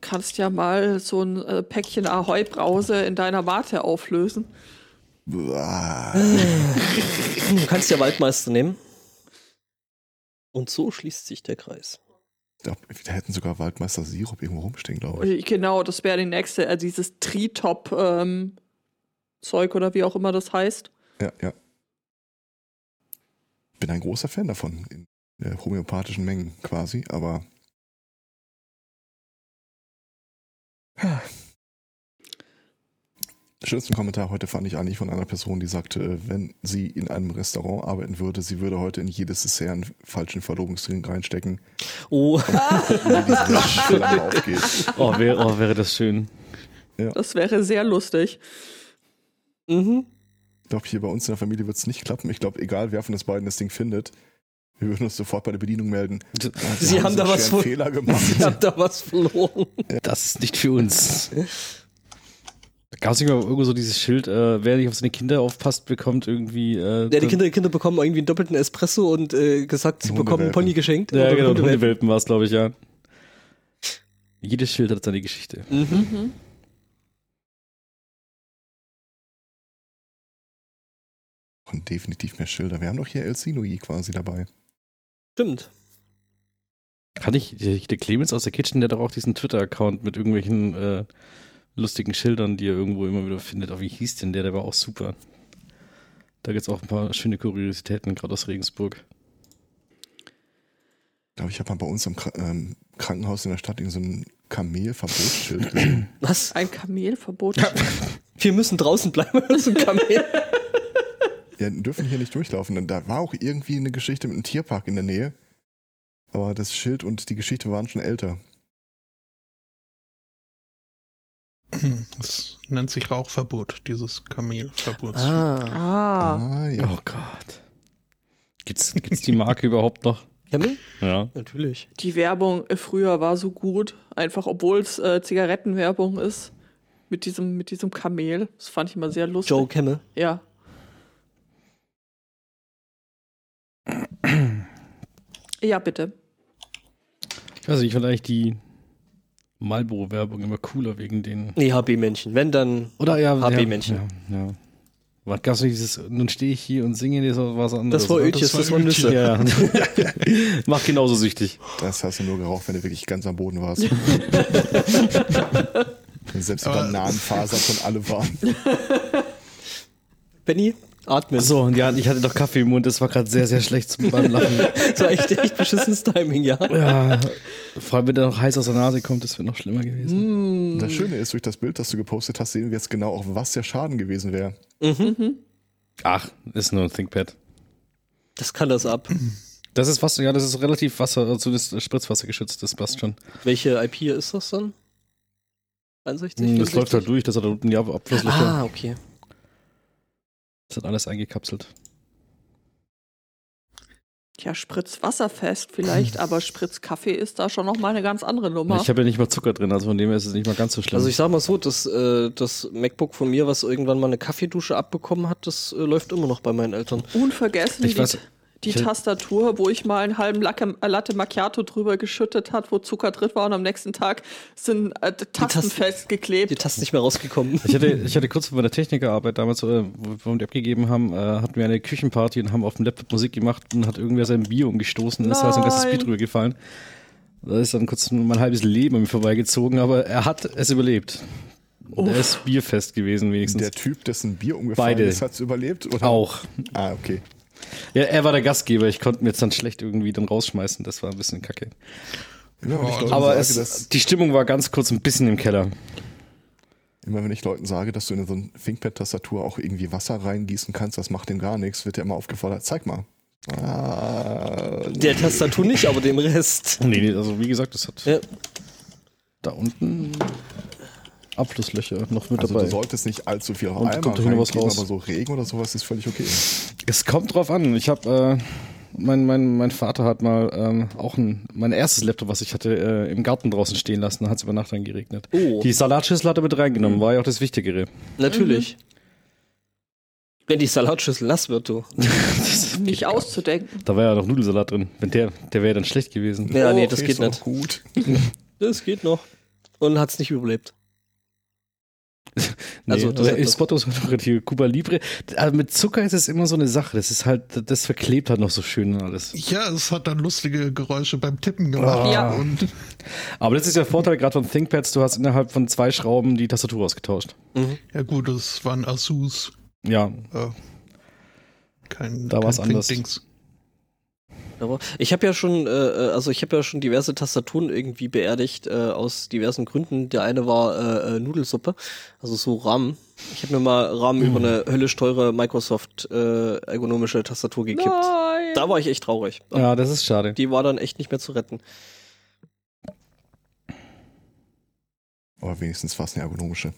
Kannst ja mal so ein äh, Päckchen Ahoi-Brause in deiner Mate auflösen.
Äh.
Uah.
Du kannst ja Waldmeister nehmen. Und so schließt sich der Kreis.
Da, da hätten sogar Waldmeister Sirup irgendwo rumstehen, glaube ich.
Äh, Genau, das wäre die nächste, äh, dieses Tri-Top-Zeug oder wie auch immer das heißt.
Ja, ja. Bin ein großer Fan davon, in äh, homöopathischen Mengen quasi, aber. Ha. Schönsten Kommentar heute fand ich eigentlich von einer Person, die sagte, äh, wenn sie in einem Restaurant arbeiten würde, sie würde heute in jedes Dessert einen falschen Verlobungsring reinstecken,
Oh,
damit diese Flamme aufgeht.
Oh, wär, oh, wäre das schön.
Das wäre sehr lustig.
mhm.
Ich glaube, hier bei uns in der Familie wird es nicht klappen. Ich glaube, egal wer von uns beiden das Ding findet, wir würden uns sofort bei der Bedienung melden.
Sie haben da
so
was
schweren
vor-
Fehler gemacht.
Ich hab da was verloren.
Das ist nicht für uns. Da gab es irgendwo irgendwo so dieses Schild, äh, wer nicht auf seine Kinder aufpasst, bekommt irgendwie. Äh,
Ja, die Kinder, Kinder bekommen irgendwie einen doppelten Espresso und äh, gesagt, sie
Ein
bekommen einen Pony
Hundewelpen.
geschenkt.
Ja,
Oder
genau,
Hundewelpen.
Hundewelpen war es, glaube ich, ja. Jedes Schild hat seine Geschichte.
Mhm.
Und definitiv mehr Schilder. Wir haben doch hier El Sinui quasi dabei.
Stimmt.
Kann ich, der der Clemens aus der Kitchen, der hat doch auch diesen Twitter-Account mit irgendwelchen äh, lustigen Schildern, die er irgendwo immer wieder findet. Aber wie hieß denn der? Der war auch super. Da gibt es auch ein paar schöne Kuriositäten, gerade aus Regensburg.
Ich glaube, ich habe mal bei uns im Kra ähm, Krankenhaus in der Stadt irgend so ein Kamelverbotsschild gesehen.
Was?
Ein Kamelverbot.
Wir müssen draußen bleiben, das ist ein Kamel.
Ja, dürfen hier nicht durchlaufen. Und da war auch irgendwie eine Geschichte mit einem Tierpark in der Nähe. Aber das Schild und die Geschichte waren schon älter.
Hm, Das nennt sich Rauchverbot, dieses Kamelverbot.
Ah.
Ah,
Ah, ja.
Oh Gott. Gibt's, gibt's die Marke überhaupt noch?
Kamel?
Ja.
Natürlich.
die Werbung äh, früher war so gut, einfach obwohl es äh, Zigarettenwerbung ist. Mit diesem, mit diesem Kamel. Das fand ich immer sehr lustig.
Joe Camel.
Ja. Ja, bitte.
Ich weiß nicht, ich fand eigentlich die Marlboro-Werbung immer cooler wegen den.
Nee, HB-Männchen. Wenn dann.
Oder ja,
HB-Männchen.
Ja, ja. Was gab's nicht dieses, nun stehe ich hier und singe, das war was anderes.
Das war
oder?
Ötjes,
war
das waren
Ötjes.
Nüsse.
Ja, ja. Macht genauso süchtig.
Das hast du nur geraucht, wenn du wirklich ganz am Boden warst. Selbst die
Aber-
Bananenfasern von alle waren.
Benny, atmen.
So, und ja, ich hatte noch Kaffee im Mund, das war gerade sehr, sehr schlecht zum beim Lachen.
Das war echt, echt beschissenes Timing, ja.
Ja, vor allem, wenn der noch heiß aus der Nase kommt, das wird noch schlimmer gewesen.
Das Schöne ist, durch das Bild, das du gepostet hast, sehen wir jetzt genau, auch was der Schaden gewesen wäre.
Mhm. Ach, ist nur ein ThinkPad.
Das kann das ab.
Das ist Wasser, ja, das ist relativ Wasser, also das ist Spritzwasser geschützt, Mm, das passt schon.
Welche IP ist das dann? 61?
Das läuft halt durch, das hat da unten die Ab- Abflusslöcher.
Ah, okay.
Das hat alles eingekapselt.
Tja, Spritz wasserfest vielleicht, aber Spritz Kaffee ist da schon noch mal eine ganz andere Nummer.
Ich habe ja nicht mal Zucker drin, also von dem her ist es nicht mal ganz so schlimm.
Also ich sag mal so, das, äh, das MacBook von mir, was irgendwann mal eine Kaffeedusche abbekommen hat, das äh, läuft immer noch bei meinen Eltern.
Unvergessen
Ich
die,
weiß-
die
ich-
Tastatur, wo ich mal einen halben Lacke, äh, Latte Macchiato drüber geschüttet hat, wo Zucker drin war und am nächsten Tag sind äh, die Tasten
Tasten-
festgeklebt.
Die Taste nicht mehr rausgekommen.
Ich hatte, ich hatte kurz vor meiner Technikerarbeit damals, äh, wo wo wir die abgegeben haben, äh, hatten wir eine Küchenparty und haben auf dem Laptop Musik gemacht und hat irgendwer sein Bier umgestoßen und ist da so ein ganzes Bier
Nein.
drüber gefallen. Da ist dann kurz mein halbes Leben an mir vorbeigezogen, aber er hat es überlebt. Er ist bierfest gewesen wenigstens.
Der Typ, dessen Bier umgefallen
Beide.
ist, hat es überlebt? Oder?
auch.
Ah, okay.
Ja, er war der Gastgeber. Ich konnte mir jetzt dann schlecht irgendwie dann rausschmeißen. Das war ein bisschen kacke.
Immer wenn, ich Leuten
Aber
sage,
es,
dass,
die Stimmung war ganz kurz ein bisschen im Keller.
immer wenn ich Leuten sage, dass du in so eine ThinkPad-Tastatur auch irgendwie Wasser reingießen kannst, das macht dem gar nichts, wird ja immer aufgefordert, zeig mal. Ah,
Der Tastatur nicht, aber dem Rest.
Nee, nee, also wie gesagt, das hat
Ja.
da unten. Abflusslöcher noch mit
Also
dabei.
du solltest nicht allzu viel auf
Und
einmal
kommt doch noch was
reingeben,
raus.
aber so Regen oder sowas ist völlig okay.
Es kommt drauf an. Ich habe, äh, mein, mein, mein Vater hat mal ähm, auch ein, mein erstes Laptop, was ich hatte, äh, im Garten draußen stehen lassen. Da hat es über Nacht dann geregnet.
Oh. Mhm.
Die Salatschüssel hat er mit reingenommen, war ja auch das Wichtigere.
Natürlich. Mhm. Wenn die Salatschüssel nass wird, du.
Das
Nicht
geht gar
auszudenken.
Da war ja noch Nudelsalat drin. Wenn der, der wäre dann schlecht gewesen.
Ja, nee,
okay,
das
ist
geht
doch
nicht.
Gut.
Das geht noch. Und hat's nicht überlebt.
Nee,
Also,
also,
das
das
hat
ist
das-
Spottos hier Cuba Libre. Aber mit Zucker ist es immer so eine Sache. Das ist halt, das verklebt halt noch so schön und alles.
Ja, es hat dann lustige Geräusche beim Tippen gemacht.
Ah. Ja.
Und
Aber das ist der Vorteil gerade von ThinkPads. Du hast innerhalb von zwei Schrauben die Tastatur ausgetauscht.
ja gut, es waren Asus.
Ja,
Äh, kein,
Da
kein
war's anders.
Think-Dings.
Aber ich habe ja schon, äh, äh, also ich habe ja schon diverse Tastaturen irgendwie beerdigt äh, aus diversen Gründen. Der eine war äh, äh, Nudelsuppe, also so Rahmen. Ich habe mir mal Rahmen über eine höllisch teure Microsoft äh, ergonomische Tastatur gekippt.
Nein.
Da war ich echt traurig.
ja das ist schade.
Die war dann echt nicht mehr zu retten.
Aber wenigstens war es eine ergonomische.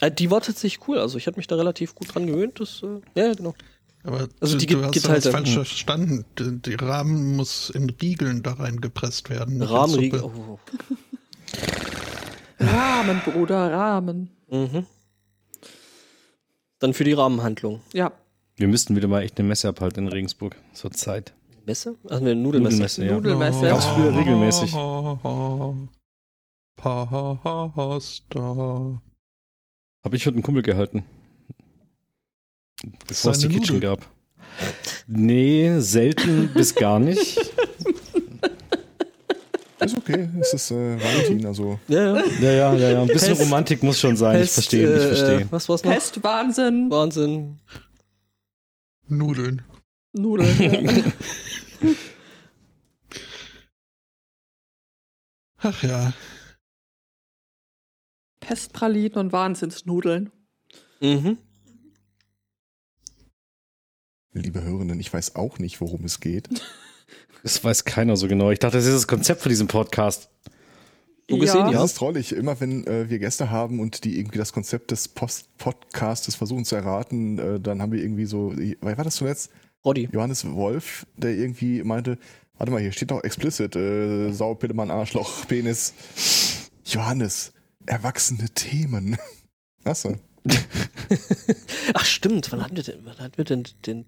Äh, die war tatsächlich cool, also ich habe mich da relativ gut dran gewöhnt. Das, äh, ja, genau.
Aber
Also
also
die
die
ge-
du hast das
geteilte-
falsch
Mhm.
verstanden. Die, die Rahmen muss in Riegeln da reingepresst werden. nicht in
Rahmenriegel.
Suppe.
Oh.
Rahmen, Bruder, Rahmen.
Mhm. Dann für die Rahmenhandlung.
Ja.
Wir müssten wieder mal echt eine Messe abhalten in Regensburg. So Zeit.
Messe? Ach, Also eine Nudelmesse.
Nudelmesse, ja.
Nudelmesse.
Gab's
genau.
früher
Oh.
regelmäßig.
Ha, ha, ha, ha, ha, ha, sta.
Hab ich mit einem Kumpel gehalten. Bevor es die
Seine
Kitchen
Nudel.
gab. Nee, selten bis gar nicht.
Ist okay, es ist äh, Valentin, also
Ja, ja.
Ja, ja, ja, ja. Ein bisschen
Pest-
Romantik muss schon sein. ich
Pest,
verstehe,
äh,
ich verstehe.
äh, Was war's noch?
Pest, Wahnsinn,
Wahnsinn.
Nudeln.
Nudeln. Ja.
Ach ja.
Pestpralinen und Wahnsinnsnudeln.
Mhm.
liebe Hörenden, ich weiß auch nicht, worum es geht.
Das weiß keiner so genau. Ich dachte, das ist das Konzept für diesen Podcast.
So gesehen,
Das
Ja.
ist trollig. Immer wenn äh, wir Gäste haben und die irgendwie das Konzept des Post Podcastes versuchen zu erraten, äh, dann haben wir irgendwie so, wer war das zuletzt?
Roddy.
Johannes Wolf, der irgendwie meinte, warte mal, hier steht doch explicit, äh, Sau, Pillemann, Arschloch, Penis. Johannes, erwachsene Themen. Achso.
Ach stimmt, wann hatten wir denn, wann hatten wir denn den?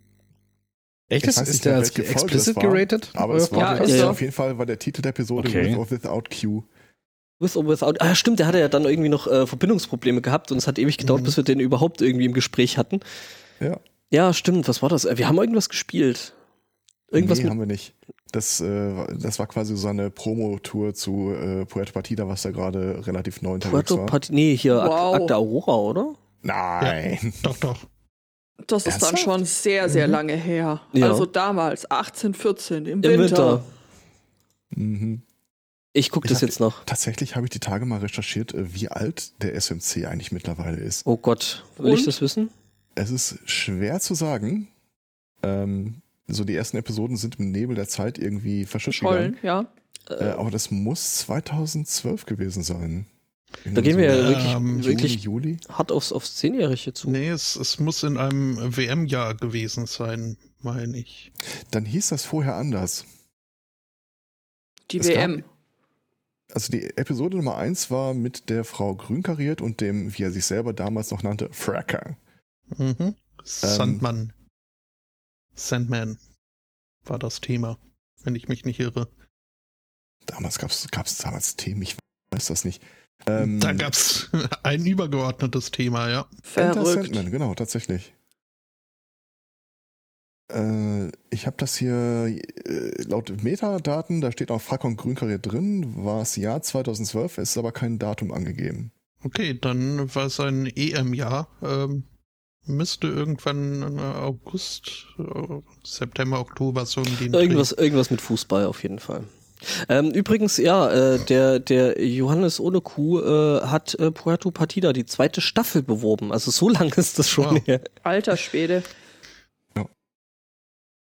Echt?
Ich
Das
weiß
ist
nicht
der
mehr,
als
welche Folge
explicit
das war,
geratet?
Aber es war,
Ja,
es
ist
war
so.
auf jeden Fall war der Titel der Episode
Okay.
With or Without Q.
With or without. Ah, stimmt, der hatte ja dann irgendwie noch äh, Verbindungsprobleme gehabt und es hat ewig gedauert,
Mhm.
bis wir den überhaupt irgendwie im Gespräch hatten.
Ja.
Ja, stimmt, was war das? Äh, Wir haben irgendwas gespielt. Irgendwas
nee,
mit.
haben wir nicht. Das, äh, das war quasi so eine Promotour zu äh, Puerto Partida, was da gerade relativ neu unterwegs
Puerto
war.
Party. Nee, hier
Wow.
Ak Akta Aurora, oder?
Nein.
Doch, doch.
Das ist dann
Ernsthaft?
schon sehr, sehr lange her.
Ja.
Also damals, 1814,
Im
im, Winter.
Winter.
Mhm.
Ich guck
Ich
das
hab-
jetzt noch.
Tatsächlich habe ich die Tage mal recherchiert, äh, wie alt der SMC eigentlich mittlerweile ist.
Oh Gott, will ich
Und?
das wissen?
Es ist schwer zu sagen. Ähm, so die ersten Episoden sind im Nebel der Zeit irgendwie verschüttet gegangen.
Schollen, ja.
Äh, aber das muss 2012 gewesen sein.
Da gehen wir ja
Ähm,
wirklich,
Juli,
wirklich
Juli, Juli.
hart aufs, aufs Zehnjährige zu.
Nee, es, es muss in einem WM-Jahr gewesen sein, meine ich.
Dann hieß das vorher anders.
Die
Es gab-
WM.
Also die Episode Nummer 1 war mit der Frau Grünkariert und dem, wie er sich selber damals noch nannte, Fracker.
Mhm. Sandmann. Sandman war das Thema, wenn ich mich nicht irre.
Damals gab es damals Themen, ich weiß das nicht. Ähm,
Da gab's ein übergeordnetes Thema, ja.
Enter
Verrückt.
Sandman, genau, tatsächlich. Äh, ich habe das hier äh, laut Metadaten, da steht auch Fracker und Grünkariert drin, war es Jahr 2012, es ist aber kein Datum angegeben.
Okay, dann war es ein EM-Jahr. Ähm, müsste irgendwann äh, August, äh, September, Oktober so um den Dreh.
Irgendwas, irgendwas mit Fußball auf jeden Fall. Ähm, übrigens, ja, äh, der, der Johannes ohne Kuh äh, hat äh, Puerto Partida die zweite Staffel beworben. Also so lang ist das schon
Wow.
her.
Alter Schwede.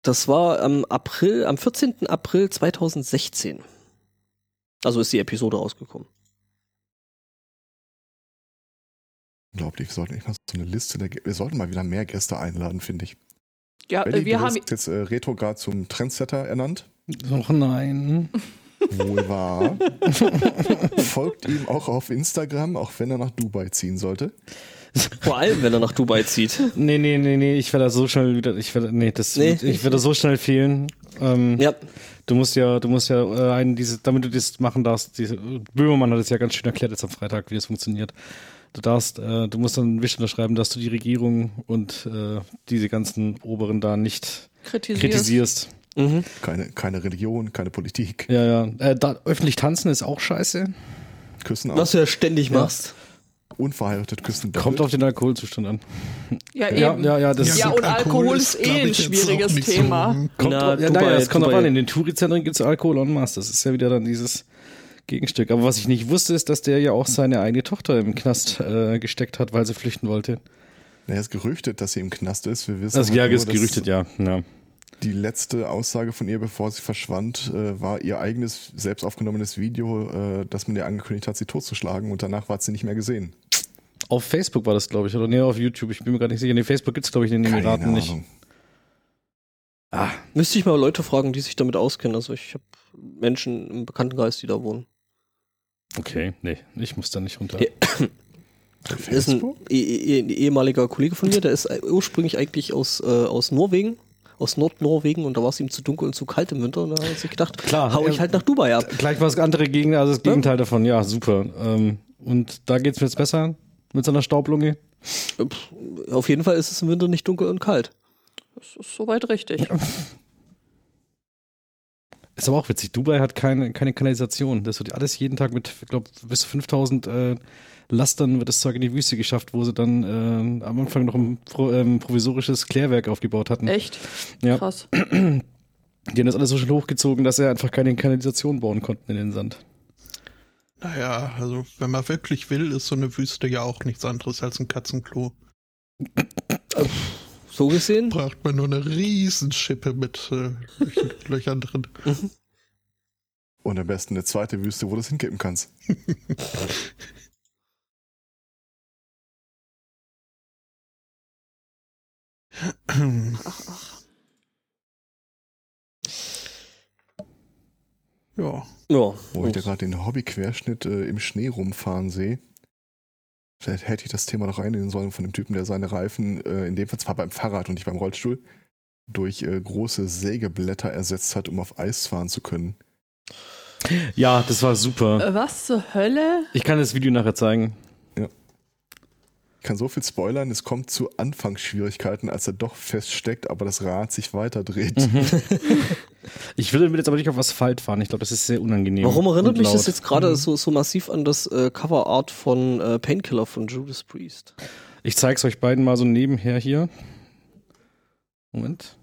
Das war am April, am 14. April 2016. Also ist die Episode rausgekommen.
Unglaublich, wir sollten echt mal so eine Liste der Gä- Wir sollten mal wieder mehr Gäste einladen, finde ich.
Ja,
Ellie,
äh, wir
du
haben.
wirst jetzt äh, retrograd zum Trendsetter ernannt.
Och nein.
Wohl wahr. Folgt ihm auch auf Instagram, auch wenn er nach Dubai ziehen sollte.
Vor allem, wenn er nach Dubai zieht.
Nee, nee, nee, nee, ich werde da so schnell wieder, ich werde, nee, das,
Nee.
wird- ich werde da so schnell fehlen. Ähm,
Ja,
Du musst ja, du musst ja äh, einen, diese, damit du das machen darfst, diese, Böhmermann hat es ja ganz schön erklärt jetzt am Freitag, wie das funktioniert. Du darfst, äh, du musst dann einen Wisch unterschreiben, dass du die Regierung und äh, diese ganzen Oberen da nicht
Kritisierst.
kritisierst.
Keine, keine Religion, keine Politik.
Ja, ja. Äh, da, öffentlich tanzen ist auch scheiße.
Küssen
was
auch.
du ja ständig machst.
Unverheiratet küssen.
Kommt
doppelt.
auf den Alkoholzustand an.
Ja, Äh, eben.
Ja, ja, ja, das
Ja,
ist-
und Alkohol ist eh
glaub
ein
ich, jetzt
schwieriges
auch nicht
Thema.
So,
Kommt
Na,
drauf, ja,
Dubai-
naja, es kommt drauf
Dubai-
an. In den Touri-Zentren gibt es Alkohol en masse. Das ist ja wieder dann dieses Gegenstück. Aber was ich nicht wusste, ist, dass der ja auch seine eigene Tochter im Knast äh, gesteckt hat, weil sie flüchten wollte.
Ja, es ist gerüchtet, dass sie im Knast ist. Wir wissen
Also,
halt
ja,
nur,
ist
dass
gerüchtet, ja. ja.
Die letzte Aussage von ihr, bevor sie verschwand, äh, war ihr eigenes selbst aufgenommenes Video, äh, das man ihr angekündigt hat, sie totzuschlagen. Und danach war sie nicht mehr gesehen.
Auf Facebook war das, glaube ich, oder? Nee, auf YouTube. Ich bin mir gerade nicht sicher. Nee, Facebook gibt es, glaube ich, in den Emiraten nicht.
Müsste ich mal Leute fragen, die sich damit auskennen. Also ich habe Menschen im Bekanntenkreis, die da wohnen.
Okay, nee, ich muss da nicht runter.
Ja. Das ist ein
Facebook?
eh- eh- eh- ehemaliger Kollege von mir, der ist äh, ursprünglich eigentlich aus, äh, aus Norwegen, aus Nordnorwegen und da war es ihm zu dunkel und zu kalt im Winter und da hat er sich gedacht,
Klar,
hau
ja.
ich halt nach Dubai ab.
Gleich was andere Gegend, also das Gegenteil davon. Ja, super. Ähm, und da geht's mir jetzt besser mit so einer Staublunge.
Auf jeden Fall ist es im Winter nicht dunkel und kalt.
Das ist soweit richtig.
Ist aber auch witzig. Dubai hat keine, keine Kanalisation. Das wird alles jeden Tag mit, ich glaube, bis zu 5000 äh, Lastern wird das Zeug in die Wüste geschafft, wo sie dann äh, am Anfang noch ein pro, ähm, provisorisches Klärwerk aufgebaut hatten.
Echt?
Ja.
Krass.
Die haben das alles so schnell hochgezogen, dass sie einfach keine Kanalisation bauen konnten in den Sand.
naja, also wenn man wirklich will, ist so eine Wüste ja auch nichts anderes als ein Katzenklo.
So gesehen,
Braucht man nur eine Riesenschippe mit äh, Löchern- Löchern drin.
Und am besten eine zweite Wüste, wo du es hinkippen kannst.
ja.
ja.
Wo ich da gerade den Hobbyquerschnitt äh, im Schnee rumfahren sehe. Vielleicht hätte ich das Thema noch einnehmen sollen von dem Typen, der seine Reifen, äh, in dem Fall zwar beim Fahrrad und nicht beim Rollstuhl, durch äh, große Sägeblätter ersetzt hat, um auf Eis fahren zu können.
Ja, das war super.
Äh, Was zur Hölle?
Ich kann das Video nachher zeigen.
Ich kann so viel spoilern, es kommt zu Anfangsschwierigkeiten, als er doch feststeckt, aber das Rad sich weiterdreht.
Mhm.
Mhm. Ich will damit jetzt aber nicht auf Asphalt fahren. Ich glaube, das ist sehr unangenehm.
Warum erinnert
und
mich das
laut.
jetzt gerade so, so massiv an das äh, Coverart von äh, Painkiller von Judas Priest?
Ich zeig's euch beiden mal so nebenher hier. Moment.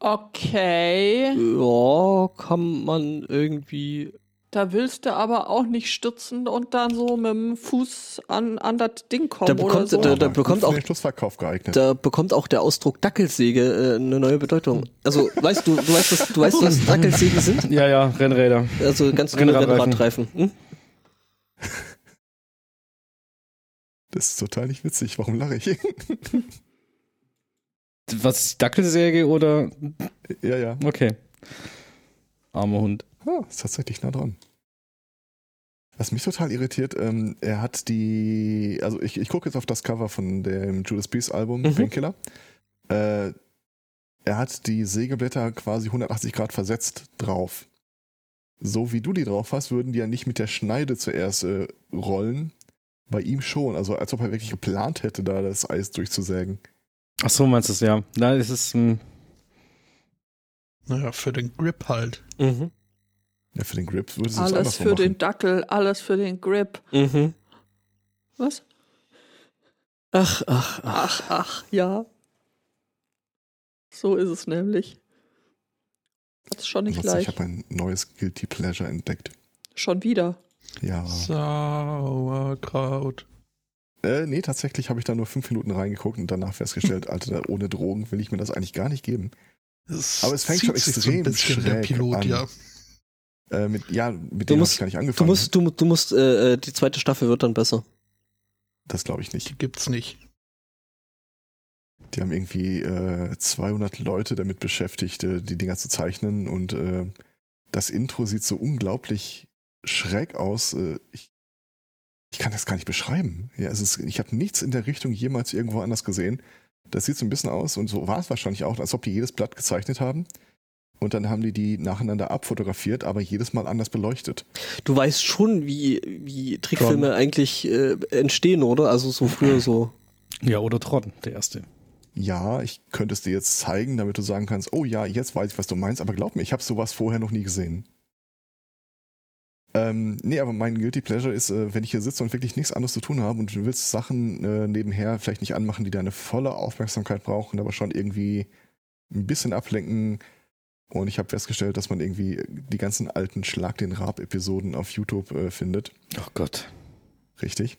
Okay.
Ja, kann man irgendwie.
Da willst du aber auch nicht stürzen und dann so mit dem Fuß an, an das Ding kommen
Da
oder
bekommt,
so.
da, da
Gut
bekommt
für
auch
den Schlussverkauf geeignet.
da bekommt auch der Ausdruck Dackelsäge äh, eine neue Bedeutung. Also weißt du, du weißt, was, du weißt, was Dackelsägen sind?
Ja, ja, Rennräder.
Also ganz dünne
Rennradreifen.
Rennradreifen. Hm?
das ist total nicht witzig, warum lache ich?
Was ist die Dackelsäge oder.
ja, ja.
Okay. Armer Hund.
Ah, ist tatsächlich nah dran. Was mich total irritiert, ähm, er hat die, also ich, ich gucke jetzt auf das Cover von dem Judas Priest Album
Mhm.
Painkiller. Äh, er hat die Sägeblätter quasi 180 Grad versetzt drauf. So wie du die drauf hast, würden die ja nicht mit der Schneide zuerst äh, rollen. Bei ihm schon, also als ob er wirklich geplant hätte, da das Eis durchzusägen.
Ach so, meinst du es, ja. Nein, es ist. hm, Mh,
Naja, für den Grip halt.
Mhm.
Ja, für den Grip würde sie es
Alles
andersrum
für
machen.
den Dackel, alles für den Grip.
Mhm.
Was?
Ach, ach, ach.
Ach, ach, ja. So ist es nämlich. Hat's schon nicht
Ansonsten, Ich
leicht.
habe ein neues Guilty Pleasure entdeckt.
Schon wieder.
Ja.
Sauerkraut.
Äh, nee, tatsächlich habe ich da nur fünf Minuten reingeguckt und danach festgestellt, Alter, ohne Drogen will ich mir das eigentlich gar nicht geben. Aber es fängt
zieht
schon
sich
extrem
der
schräg
Pilot,
an.
ja.
Äh, mit, ja, mit
Du
dem habe
musst-
ich gar nicht
Du
angefangen.
musst, du, du musst, äh, äh, die zweite Staffel wird dann besser.
Das glaube ich nicht.
Die gibt's nicht.
Die haben irgendwie äh, 200 Leute damit beschäftigt, äh, die Dinger zu zeichnen und äh, das Intro sieht so unglaublich schräg aus. Äh, ich, ich kann das gar nicht beschreiben. Ja, es ist, ich habe nichts in der Richtung jemals irgendwo anders gesehen. Das sieht so ein bisschen aus und so war es wahrscheinlich auch, als ob die jedes Blatt gezeichnet haben. Und dann haben die die nacheinander abfotografiert, aber jedes Mal anders beleuchtet.
Du weißt schon, wie, wie Trickfilme eigentlich äh, entstehen, oder? Also so früher so.
Ja, oder Tron, der erste.
Ja, ich könnte es dir jetzt zeigen, damit du sagen kannst, oh ja, jetzt weiß ich, was du meinst, aber glaub mir, ich habe sowas vorher noch nie gesehen. Ähm, nee, aber mein Guilty Pleasure ist, äh, wenn ich hier sitze und wirklich nichts anderes zu tun habe und du willst Sachen äh, nebenher vielleicht nicht anmachen, die deine volle Aufmerksamkeit brauchen, aber schon irgendwie ein bisschen ablenken. Und ich habe festgestellt, dass man irgendwie die ganzen alten Schlag den Rab-Episoden auf YouTube äh, findet.
Oh Gott.
Richtig.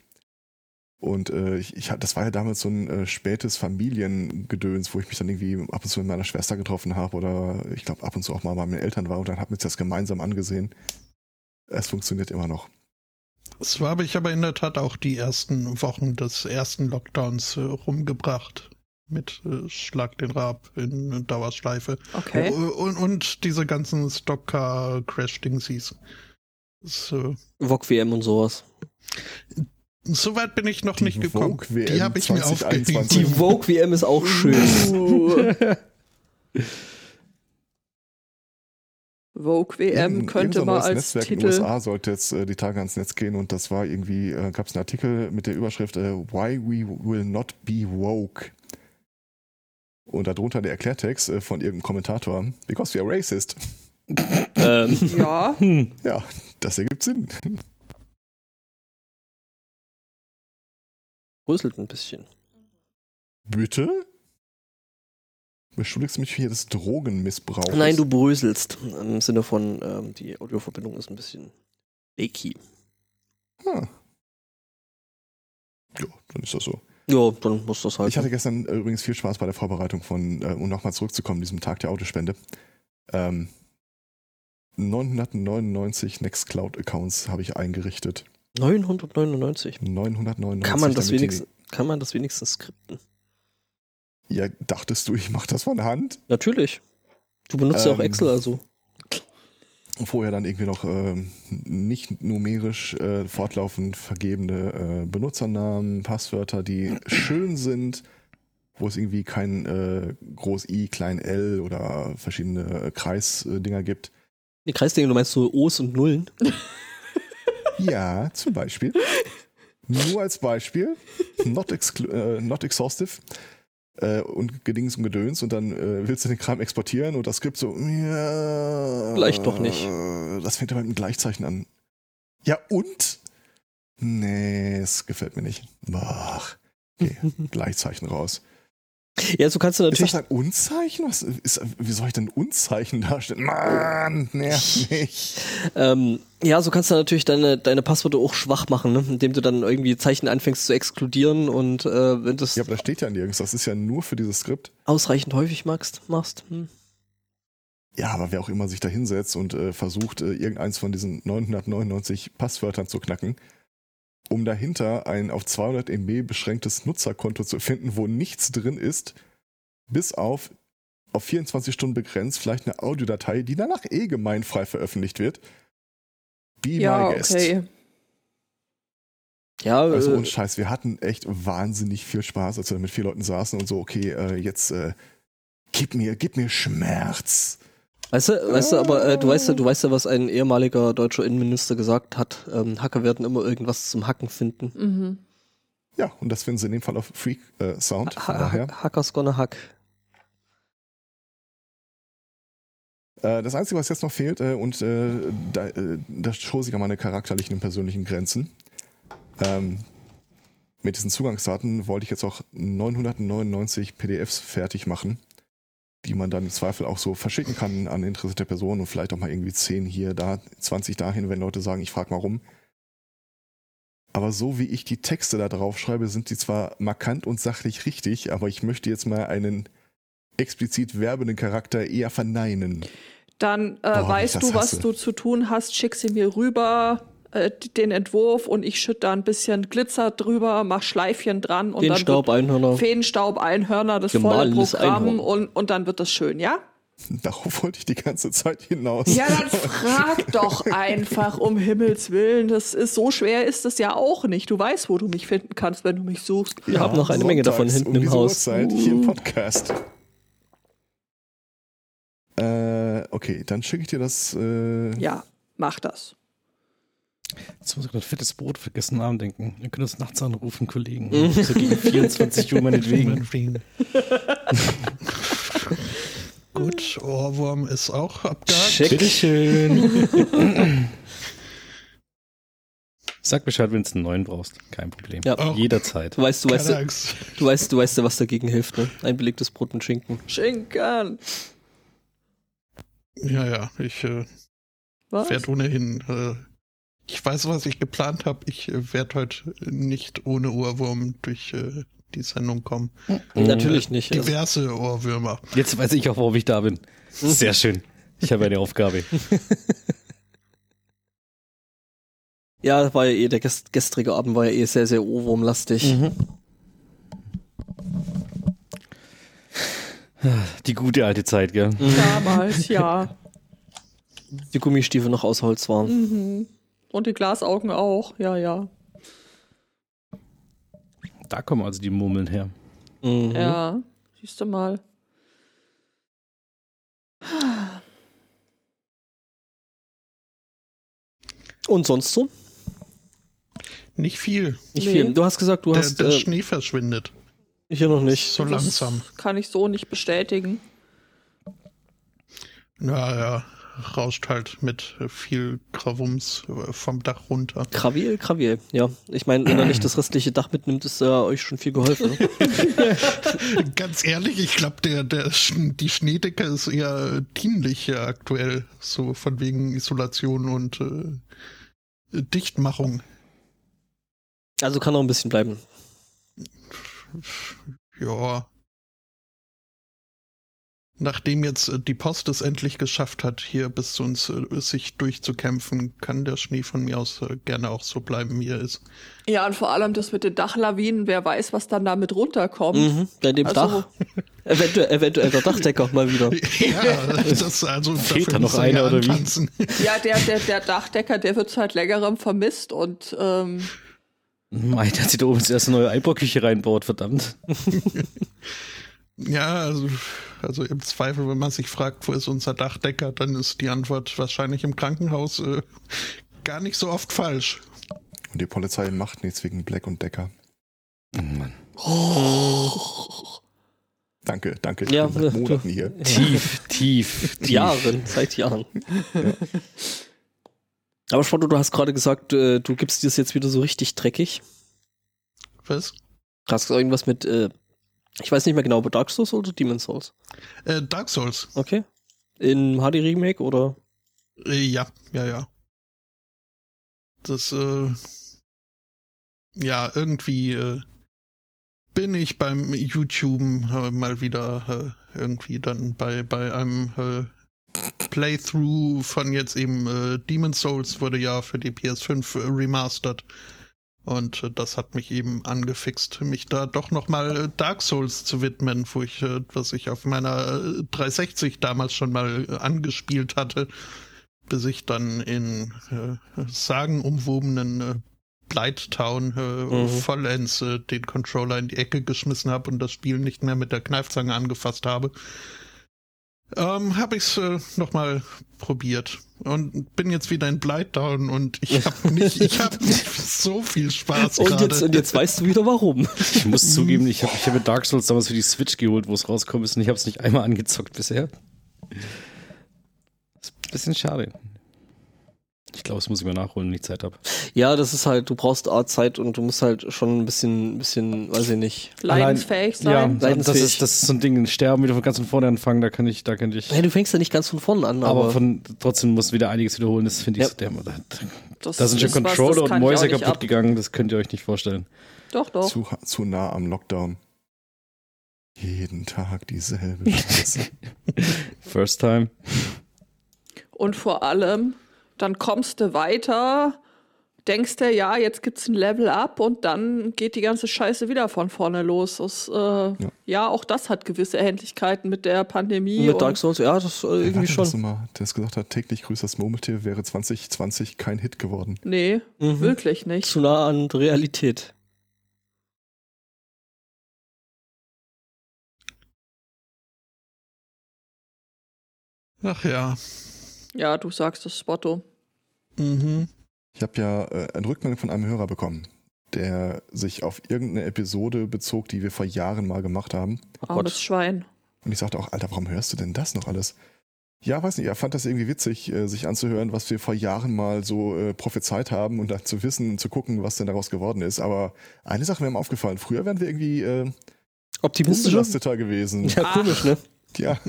Und äh, ich, ich, hab- das war ja damals so ein äh, spätes Familiengedöns, wo ich mich dann irgendwie ab und zu mit meiner Schwester getroffen habe oder ich glaube ab und zu auch mal bei meinen Eltern war und dann haben wir uns das gemeinsam angesehen. Es funktioniert immer noch.
Das war, habe ich aber in der Tat auch die ersten Wochen des ersten Lockdowns äh, rumgebracht. Mit äh, Schlag den Rab in Dauerschleife.
Okay.
oh,
Und, und diese ganzen Stockcar-Crash-Dingsies. So.
Wok WM und sowas.
so weit bin ich noch
Die
nicht gekommen.
Vogue WM
die habe ich mir
2021.
Die
aufgegeben.
Vogue WM ist auch schön.
Uh, Vogue WM
Irgend-
könnte
irgendein
man
neues
als
Netzwerk in den
Titel.
USA sollte jetzt äh, die Tage ans Netz gehen und das war irgendwie, äh, gab es einen Artikel mit der Überschrift äh, Why We Will Not Be Woke. Und darunter der Erklärtext äh, von irgendeinem Kommentator, Because we are racist.
ähm,
Ja,
Hm.
Ja, das ergibt Sinn.
bröselt ein bisschen.
Bitte? Beschuldigst du mich hier des Drogenmissbrauchs?
Nein, du bröselst. Im Sinne von, ähm, die Audioverbindung ist ein bisschen leaky.
Ah. Ja, dann ist das so.
Ja, dann muss das halt.
Ich hatte gestern äh, übrigens viel Spaß bei der Vorbereitung von, äh, um nochmal zurückzukommen, diesem Tag der Autospende. Ähm, 999 Nextcloud-Accounts habe ich eingerichtet.
999.
999.
Kann man, das
damit die-
wenigstens, kann man das wenigstens skripten?
Ja, dachtest du, ich mache das von Hand?
Natürlich. Du benutzt ja auch
Ähm,
Excel, also.
Vorher dann irgendwie noch ähm, nicht numerisch äh, fortlaufend vergebene äh, Benutzernamen, Passwörter, die schön sind, wo es irgendwie kein äh, Groß I, Klein L oder verschiedene äh, Kreisdinger gibt.
Die Kreisdinge, du meinst so O's und Nullen?
Ja, zum Beispiel. Nur als Beispiel. Not, exclu- äh, not exhaustive. Äh, und Gedings und Gedöns. Und dann äh, willst du den Kram exportieren und das Skript so. Ja, Äh,
Vielleicht doch nicht.
Das fängt aber mit einem Gleichzeichen an. Ja, und? Nee, es gefällt mir nicht. Ach, okay. Gleichzeichen raus.
Ja, so kannst du
Ist das
natürlich.
ein Unzeichen? Was ist, wie soll ich denn ein Unzeichen darstellen? Mann, nerv mich.
Ähm, ja, so kannst du natürlich deine, deine Passwörter auch schwach machen, ne? indem du dann irgendwie Zeichen anfängst zu exkludieren und äh, wenn du es
Ja, aber das steht ja nirgends. Das ist ja nur für dieses Skript.
ausreichend häufig magst, machst. Hm.
Ja, aber wer auch immer sich da hinsetzt und äh, versucht, äh, irgendeins von diesen 999 Passwörtern zu knacken, um dahinter ein auf 200 MB beschränktes Nutzerkonto zu finden, wo nichts drin ist, bis auf auf 24 Stunden begrenzt vielleicht eine Audiodatei, die danach eh gemeinfrei veröffentlicht wird. Be
ja,
my guest.
okay. Äh,
Ja,
Also
äh,
ohne Scheiß, wir hatten echt wahnsinnig viel Spaß, als wir da mit vier Leuten saßen und so, okay, äh, jetzt äh, gib mir, gib mir Schmerz.
weißt du, weißt du, aber äh, du weißt ja, du weißt ja, was ein ehemaliger deutscher Innenminister gesagt hat. Ähm, Hacker werden immer irgendwas zum Hacken finden.
Mhm.
Ja, und das finden sie in dem Fall auf Freak äh, Sound. Von
Ha
daher.
ha Hackers gonna hack.
Äh, das Einzige, was jetzt noch fehlt, äh, und äh, da, äh, da stoße ich an meine charakterlichen und persönlichen Grenzen. Ähm, mit diesen Zugangsdaten wollte ich jetzt auch 999 PDFs fertig machen, die man dann im Zweifel auch so verschicken kann an interessierte Personen und vielleicht auch mal irgendwie 10 hier, da, 20 dahin, wenn Leute sagen, ich frage mal rum. Aber so wie ich die Texte da drauf schreibe, sind die zwar markant und sachlich richtig, aber ich möchte jetzt mal einen explizit werbenden Charakter eher verneinen.
Dann äh,
Boah,
weißt
das
du, was
hasse.
du zu tun hast, schick sie mir rüber. äh, d- den Entwurf und ich schütte da ein bisschen Glitzer drüber, mach Schleifchen dran und
Den
dann
Staub,
wird
Einhörner.
Feenstaub, Einhörner, das volle
Gemahlenes
Programm
Einhorn.
und, und dann wird das schön, ja?
Darauf wollte ich die ganze Zeit hinaus.
Ja, dann frag doch einfach um Himmels Willen. Das ist so schwer ist es ja auch nicht. Du weißt, wo du mich finden kannst, wenn du mich suchst.
Wir haben noch eine Menge davon
sonntags
hinten
um
im
diese
Haus.
Uhrzeit hier im Podcast. Äh, okay, dann schicke ich dir das. Äh,
Ja, mach das.
Jetzt muss ich an fettes Brot für gestern Abend denken. Ihr könnt uns nachts anrufen, Kollegen.
Mhm.
So gegen 24 Uhr meinetwegen.
Gut, Ohrwurm ist auch abgehakt.
Check.
Bitteschön. Sag Bescheid, wenn du einen neuen brauchst. Kein Problem.
Ja.
Oh.
Jederzeit.
Du weißt, du weißt,
Keine
du
Angst.
weißt, du weißt, ja, was dagegen hilft, ne? Ein belegtes Brot mit Schinken.
Schinken.
Ja, ja, ich äh,
Was?
werde ohnehin. Äh, ich weiß, was ich geplant habe. Ich äh, werde heute nicht ohne Ohrwurm durch äh, die Sendung kommen.
Mhm.
Natürlich nicht. Also,
Diverse Ohrwürmer.
Jetzt weiß ich auch, warum ich da bin. Sehr schön. Ich habe eine Aufgabe.
ja, war ja eh, der gest gestrige Abend war ja eh sehr, sehr ohrwurmlastig.
Mhm.
Mhm. Die gute alte Zeit, gell?
Damals, ja.
Die Gummistiefel noch aus Holz waren.
Mhm. Und die Glasaugen auch, ja, ja.
Da kommen also die Murmeln her.
Mhm.
Ja, siehst du mal.
Und sonst so?
Nicht viel.
Nicht
Nee.
viel. Du hast gesagt, du
Der,
hast.
der
äh,
Schnee verschwindet.
hier noch nicht.
So langsam.
Das kann ich so nicht bestätigen.
Naja, rauscht halt mit viel Gravums äh, vom Dach runter.
Krawil, Krawil, ja. Ich meine, wenn er nicht das restliche Dach mitnimmt, ist äh, euch schon viel geholfen. Ne?
Ganz ehrlich, ich glaube, der, der, Sch- die Schneedecke ist eher dienlich ja, aktuell. So von wegen Isolation und äh, Dichtmachung.
Also kann noch ein bisschen bleiben.
Ja. Nachdem jetzt äh, die Post es endlich geschafft hat, hier bis zu uns äh, sich durchzukämpfen, kann der Schnee von mir aus äh, gerne auch so bleiben, wie er ist.
Ja, und vor allem das mit den Dachlawinen, wer weiß, was dann damit runterkommt.
Mhm. Bei dem
Also-
Dach. Eventu eventuell der Dachdecker mal wieder.
Ja, das also
Fehlt da
dafür
noch
muss er
einer
ja
oder wie?
antanzen.
Ja, der, der, der Dachdecker, der wird seit längerem vermisst und ähm,
Mei, dass sie da oben zuerst eine neue Einbauküche reinbaut, verdammt.
Ja, also, also im Zweifel, wenn man sich fragt, wo ist unser Dachdecker, dann ist die Antwort wahrscheinlich im Krankenhaus äh, gar nicht so oft falsch.
Und die Polizei macht nichts wegen Black und Decker.
Oh Mann.
Oh,
Danke, danke. Ich
Ja,
bin seit
du-
Monaten hier.
Tief, tief, tief.
Jahren, seit Jahren. Aber Schwarto, du hast gerade gesagt, äh, du gibst dir das jetzt wieder so richtig dreckig.
Was?
Du hast gesagt, irgendwas mit, äh, ich weiß nicht mehr genau, aber Dark Souls oder Demon Souls.
Äh, Dark Souls.
Okay. In HD Remake oder?
Äh, ja, ja, ja. Das, äh, ja, irgendwie äh, bin ich beim YouTube äh, mal wieder äh, irgendwie dann bei, bei einem äh, Playthrough von jetzt eben äh, Demon's Souls wurde ja für die PS5 äh, remastered. Und äh, das hat mich eben angefixt, mich da doch nochmal äh, Dark Souls zu widmen, wo ich, äh, was ich auf meiner äh, 360 damals schon mal äh, angespielt hatte bis ich dann in äh, sagenumwobenen äh, Blight Town äh,
Mhm.
vollends äh, den Controller in die Ecke geschmissen habe und das Spiel nicht mehr mit der Kneifzange angefasst habe. Ähm, habe ich es äh, nochmal probiert und bin jetzt wieder in Blight Town und ich habe nicht, ich hab nicht so viel Spaß
Und jetzt, und
gerade.
jetzt weißt du wieder warum.
Ich muss zugeben, ich habe ich hab mir Dark Souls damals für die Switch geholt, wo es rauskommen ist, und ich habe es nicht einmal angezockt bisher. Ist ein bisschen schade. Ich glaube, das muss ich mal nachholen, wenn ich Zeit habe.
Ja, das ist halt, du brauchst A Zeit und du musst halt schon ein bisschen, bisschen, weiß ich nicht.
leidensfähig sein.
Ja, das
Leidensfähig.
ist, das ist so ein Ding. Sterben wieder von ganz von vorne anfangen, da kann ich, da kann ich.
Hey, du fängst ja nicht ganz von vorne an, aber,
Aber von, trotzdem muss wieder einiges wiederholen, das finde ich
Ja.
so dämmer. Da,
Das
da sind schon
ist was, das
Controller
kann
und
ich auch
Mäuse
nicht
kaputt
ab.
gegangen, das könnt ihr euch nicht vorstellen.
Doch, doch.
Zu, zu nah am Lockdown. Jeden Tag dieselbe Scheiße.
First time.
Und vor allem, dann kommst du weiter denkst du, ja, jetzt gibt's ein Level up und dann geht die ganze Scheiße wieder von vorne los. Das, äh, ja. auch das hat gewisse Ähnlichkeiten mit der Pandemie.
Mit
und-
Dark Souls, ja, das äh,
Wer war
irgendwie
denn das
schon.
Mal, der es gesagt hat, täglich grüßt das Murmeltier, wäre 2020 kein Hit geworden.
Nee,
Mhm.
wirklich nicht.
Zu nah an Realität.
Ach ja.
Ja, du sagst das Spotto.
Mhm.
Ich habe ja äh, eine Rückmeldung von einem Hörer bekommen, der sich auf irgendeine Episode bezog, die wir vor Jahren mal gemacht haben.
Oh Gott.
Armes Schwein.
Und ich sagte auch, Alter, warum hörst du denn das noch alles? Ja, weiß nicht, er fand das irgendwie witzig, äh, sich anzuhören, was wir vor Jahren mal so äh, prophezeit haben und dann zu wissen und zu gucken, was denn daraus geworden ist. Aber eine Sache wäre mir aufgefallen, früher wären wir irgendwie äh,
Optimistischer?
unbelasteter gewesen.
Ja, komisch, ne?
Ja,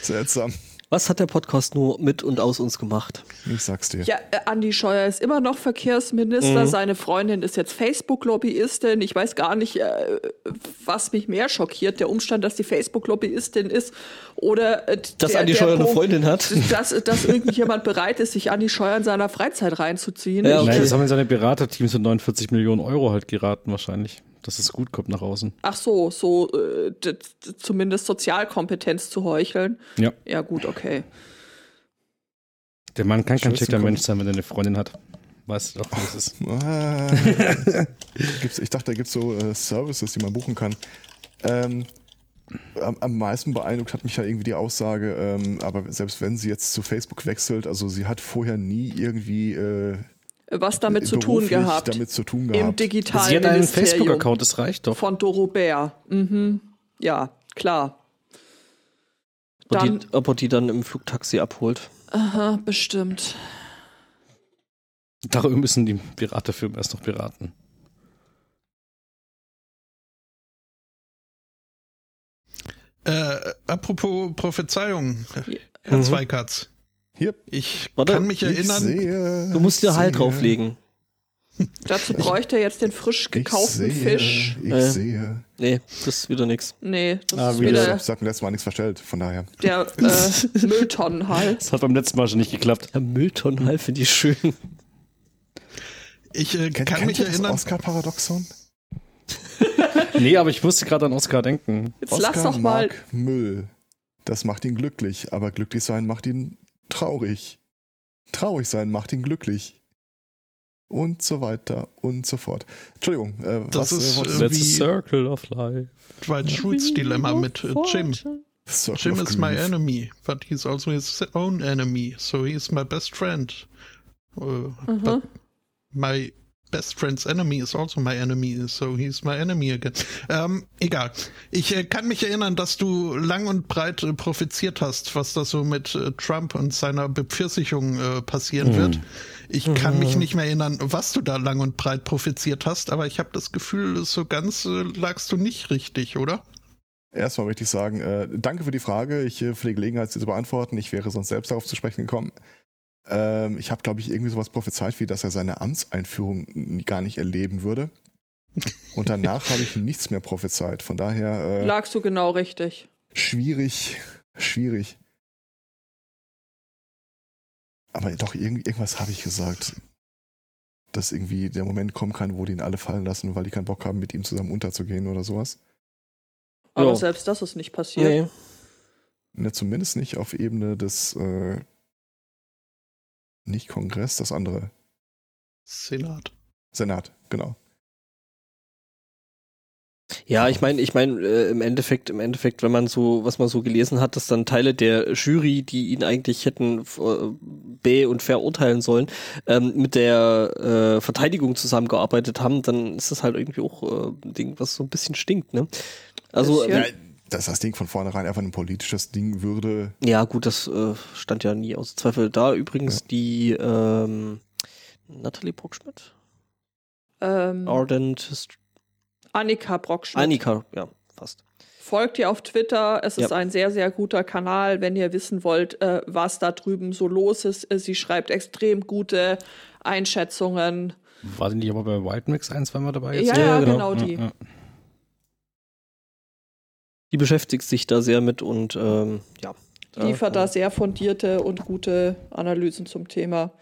seltsam.
Was hat der Podcast nur mit und aus uns gemacht?
Ich sag's dir.
Ja, äh, Andi Scheuer ist immer noch Verkehrsminister,
Mhm.
seine Freundin ist jetzt Facebook-Lobbyistin. Ich weiß gar nicht, äh, was mich mehr schockiert, der Umstand, dass die Facebook-Lobbyistin ist oder äh,
Dass
der-
Andi
der
Scheuer eine
Punkt,
Freundin hat?
Dass, dass irgendjemand bereit ist, sich Andi Scheuer in seiner Freizeit reinzuziehen.
Ja,
Ich- äh,
okay.
Nein, das haben seine Beraterteams mit 49 Millionen Euro halt geraten wahrscheinlich, dass es gut kommt nach außen.
Ach so, so äh, d- d- zumindest Sozialkompetenz zu heucheln.
Ja.
Ja, gut, okay.
Der Mann kann kein
Schulz
schlechter
im Kopf.
Mensch sein, wenn er eine Freundin hat. Weißt du doch, wie es ist.
Ah. gibt's, ich dachte, da gibt es so äh, Services, die man buchen kann. Ähm, am, am meisten beeindruckt hat mich ja irgendwie die Aussage, ähm, aber selbst wenn sie jetzt zu Facebook wechselt, also sie hat vorher nie irgendwie äh,
Was damit zu tun
beruflich
gehabt?
damit zu tun
Im
gehabt.
digitalen
Sie hat einen
Ministerium
Facebook-Account, das reicht doch.
von Doro Bär. Mhm. Ja, klar.
Ob
Dann,
die, ob er die dann im Flugtaxi abholt.
aha, bestimmt.
Darüber müssen die Beraterfirmen erst noch beraten.
Äh, apropos Prophezeiung,
Ja.
Herr
Mhm.
Zweikatz.
Hier.
Ich
Warte,
kann mich
Ich
erinnern,
sehe,
Du musst dir Halt
sehe,
drauflegen.
Dazu bräuchte er jetzt den frisch
Ich
gekauften
sehe,
Fisch.
Ich
Äh.
sehe.
Nee, das ist wieder nix.
Nee, das
Ah,
ist
Ich
wieder.
wieder
habe seit dem letzten Mal nichts verstellt, von daher.
der äh, Mülltonnenhals.
Das hat beim letzten Mal schon nicht geklappt.
Ja, Mülltonnenhall finde ich schön.
ich äh,
Kennt,
kann
kennt
mich
ihr das
erinnern,
Oscar-Paradoxon?
Nee, aber ich musste gerade an Oscar denken.
Jetzt
Oscar
lass doch mal.
mag Müll. Das macht ihn glücklich, aber glücklich sein macht ihn traurig. Traurig sein macht ihn glücklich. Und so weiter und so fort. Entschuldigung, äh,
Das
was
ist,
äh,
äh,
That's a
Wie-
circle of life.
weil Schulz Dilemma mit äh, Jim.
was, äh,
Jim is my enemy,
enemy.
but he's also his own enemy, so he is my best friend. Äh,
Aha.
but my best friend's enemy is also my enemy, so he's my enemy again. Ähm, egal. Ich äh, kann mich erinnern, dass du lang und breit äh, propheziert hast, was da so mit äh, Trump und seiner Bepfirsichung äh, passieren wird. Ich kann mich nicht mehr erinnern, was du da lang und breit propheziert hast, aber ich habe das Gefühl, so ganz äh, lagst du nicht richtig, oder?
Erstmal möchte ich sagen, äh, danke für die Frage. Ich äh, für die Gelegenheit, sie zu beantworten. Ich wäre sonst selbst darauf zu sprechen gekommen. Ähm, ich habe, glaube ich, irgendwie sowas prophezeit, wie dass er seine Amtseinführung n- gar nicht erleben würde. Und danach habe ich nichts mehr prophezeit. Von daher. Äh,
Lagst du genau richtig.
Schwierig, schwierig. Aber doch, irgend, irgendwas habe ich gesagt. Dass irgendwie der Moment kommen kann, wo die ihn alle fallen lassen, weil die keinen Bock haben, mit ihm zusammen unterzugehen oder sowas.
Aber
Ja.
selbst das ist nicht passiert.
Nee.
Ne, zumindest nicht auf Ebene des, äh, nicht Kongress, das andere.
Senat.
Senat, genau.
Ja, ich meine, ich meine, äh, im Endeffekt, im Endeffekt, wenn man so, was man so gelesen hat, dass dann Teile der Jury, die ihn eigentlich hätten f- äh, be- und verurteilen sollen, ähm, mit der äh, Verteidigung zusammengearbeitet haben, dann ist das halt irgendwie auch äh, ein Ding, was so ein bisschen stinkt, ne? Also,
Bisschen.
ja,
Ja.
Dass das Ding von vornherein einfach ein politisches Ding würde.
ja gut, das äh, stand ja nie aus Zweifel da. Übrigens die ähm, Natalie Bruckschmidt, Mhm.
Ähm,
Ardent Hist
Annika Brockschmidt.
Annika, ja, fast.
Folgt ihr auf Twitter. Es ist
Ja.
ein sehr, sehr guter Kanal, wenn ihr wissen wollt, äh, was da drüben so los ist. Äh, Sie schreibt extrem gute Einschätzungen.
War denn die aber bei White Mix ein, zweimal dabei?
Ja, ja, genau die.
Ja, ja.
Die beschäftigt sich da sehr mit und ähm, ja.
Liefert da sehr fundierte und gute Analysen zum Thema.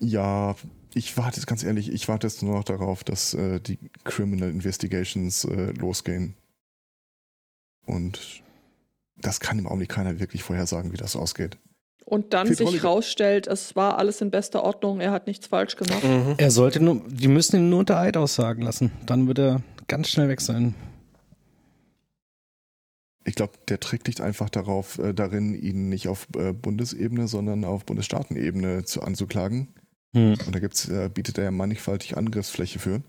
Ja, ich warte jetzt ganz ehrlich, ich warte jetzt nur noch darauf, dass äh, die Criminal Investigations äh, losgehen. Und das kann im Augenblick keiner wirklich vorhersagen, wie das ausgeht.
Und dann
Viel
sich
Trolle-
rausstellt, es war alles in bester Ordnung, er hat nichts falsch gemacht.
Mhm.
Er sollte nur, die müssen ihn nur unter Eid aussagen lassen. Dann wird er ganz schnell weg sein.
Ich glaube, der Trick liegt einfach darauf, äh, darin, ihn nicht auf äh, Bundesebene, sondern auf Bundesstaatenebene zu, anzuklagen.
Hm,
Und da gibt's, äh, bietet er ja mannigfaltig Angriffsfläche für.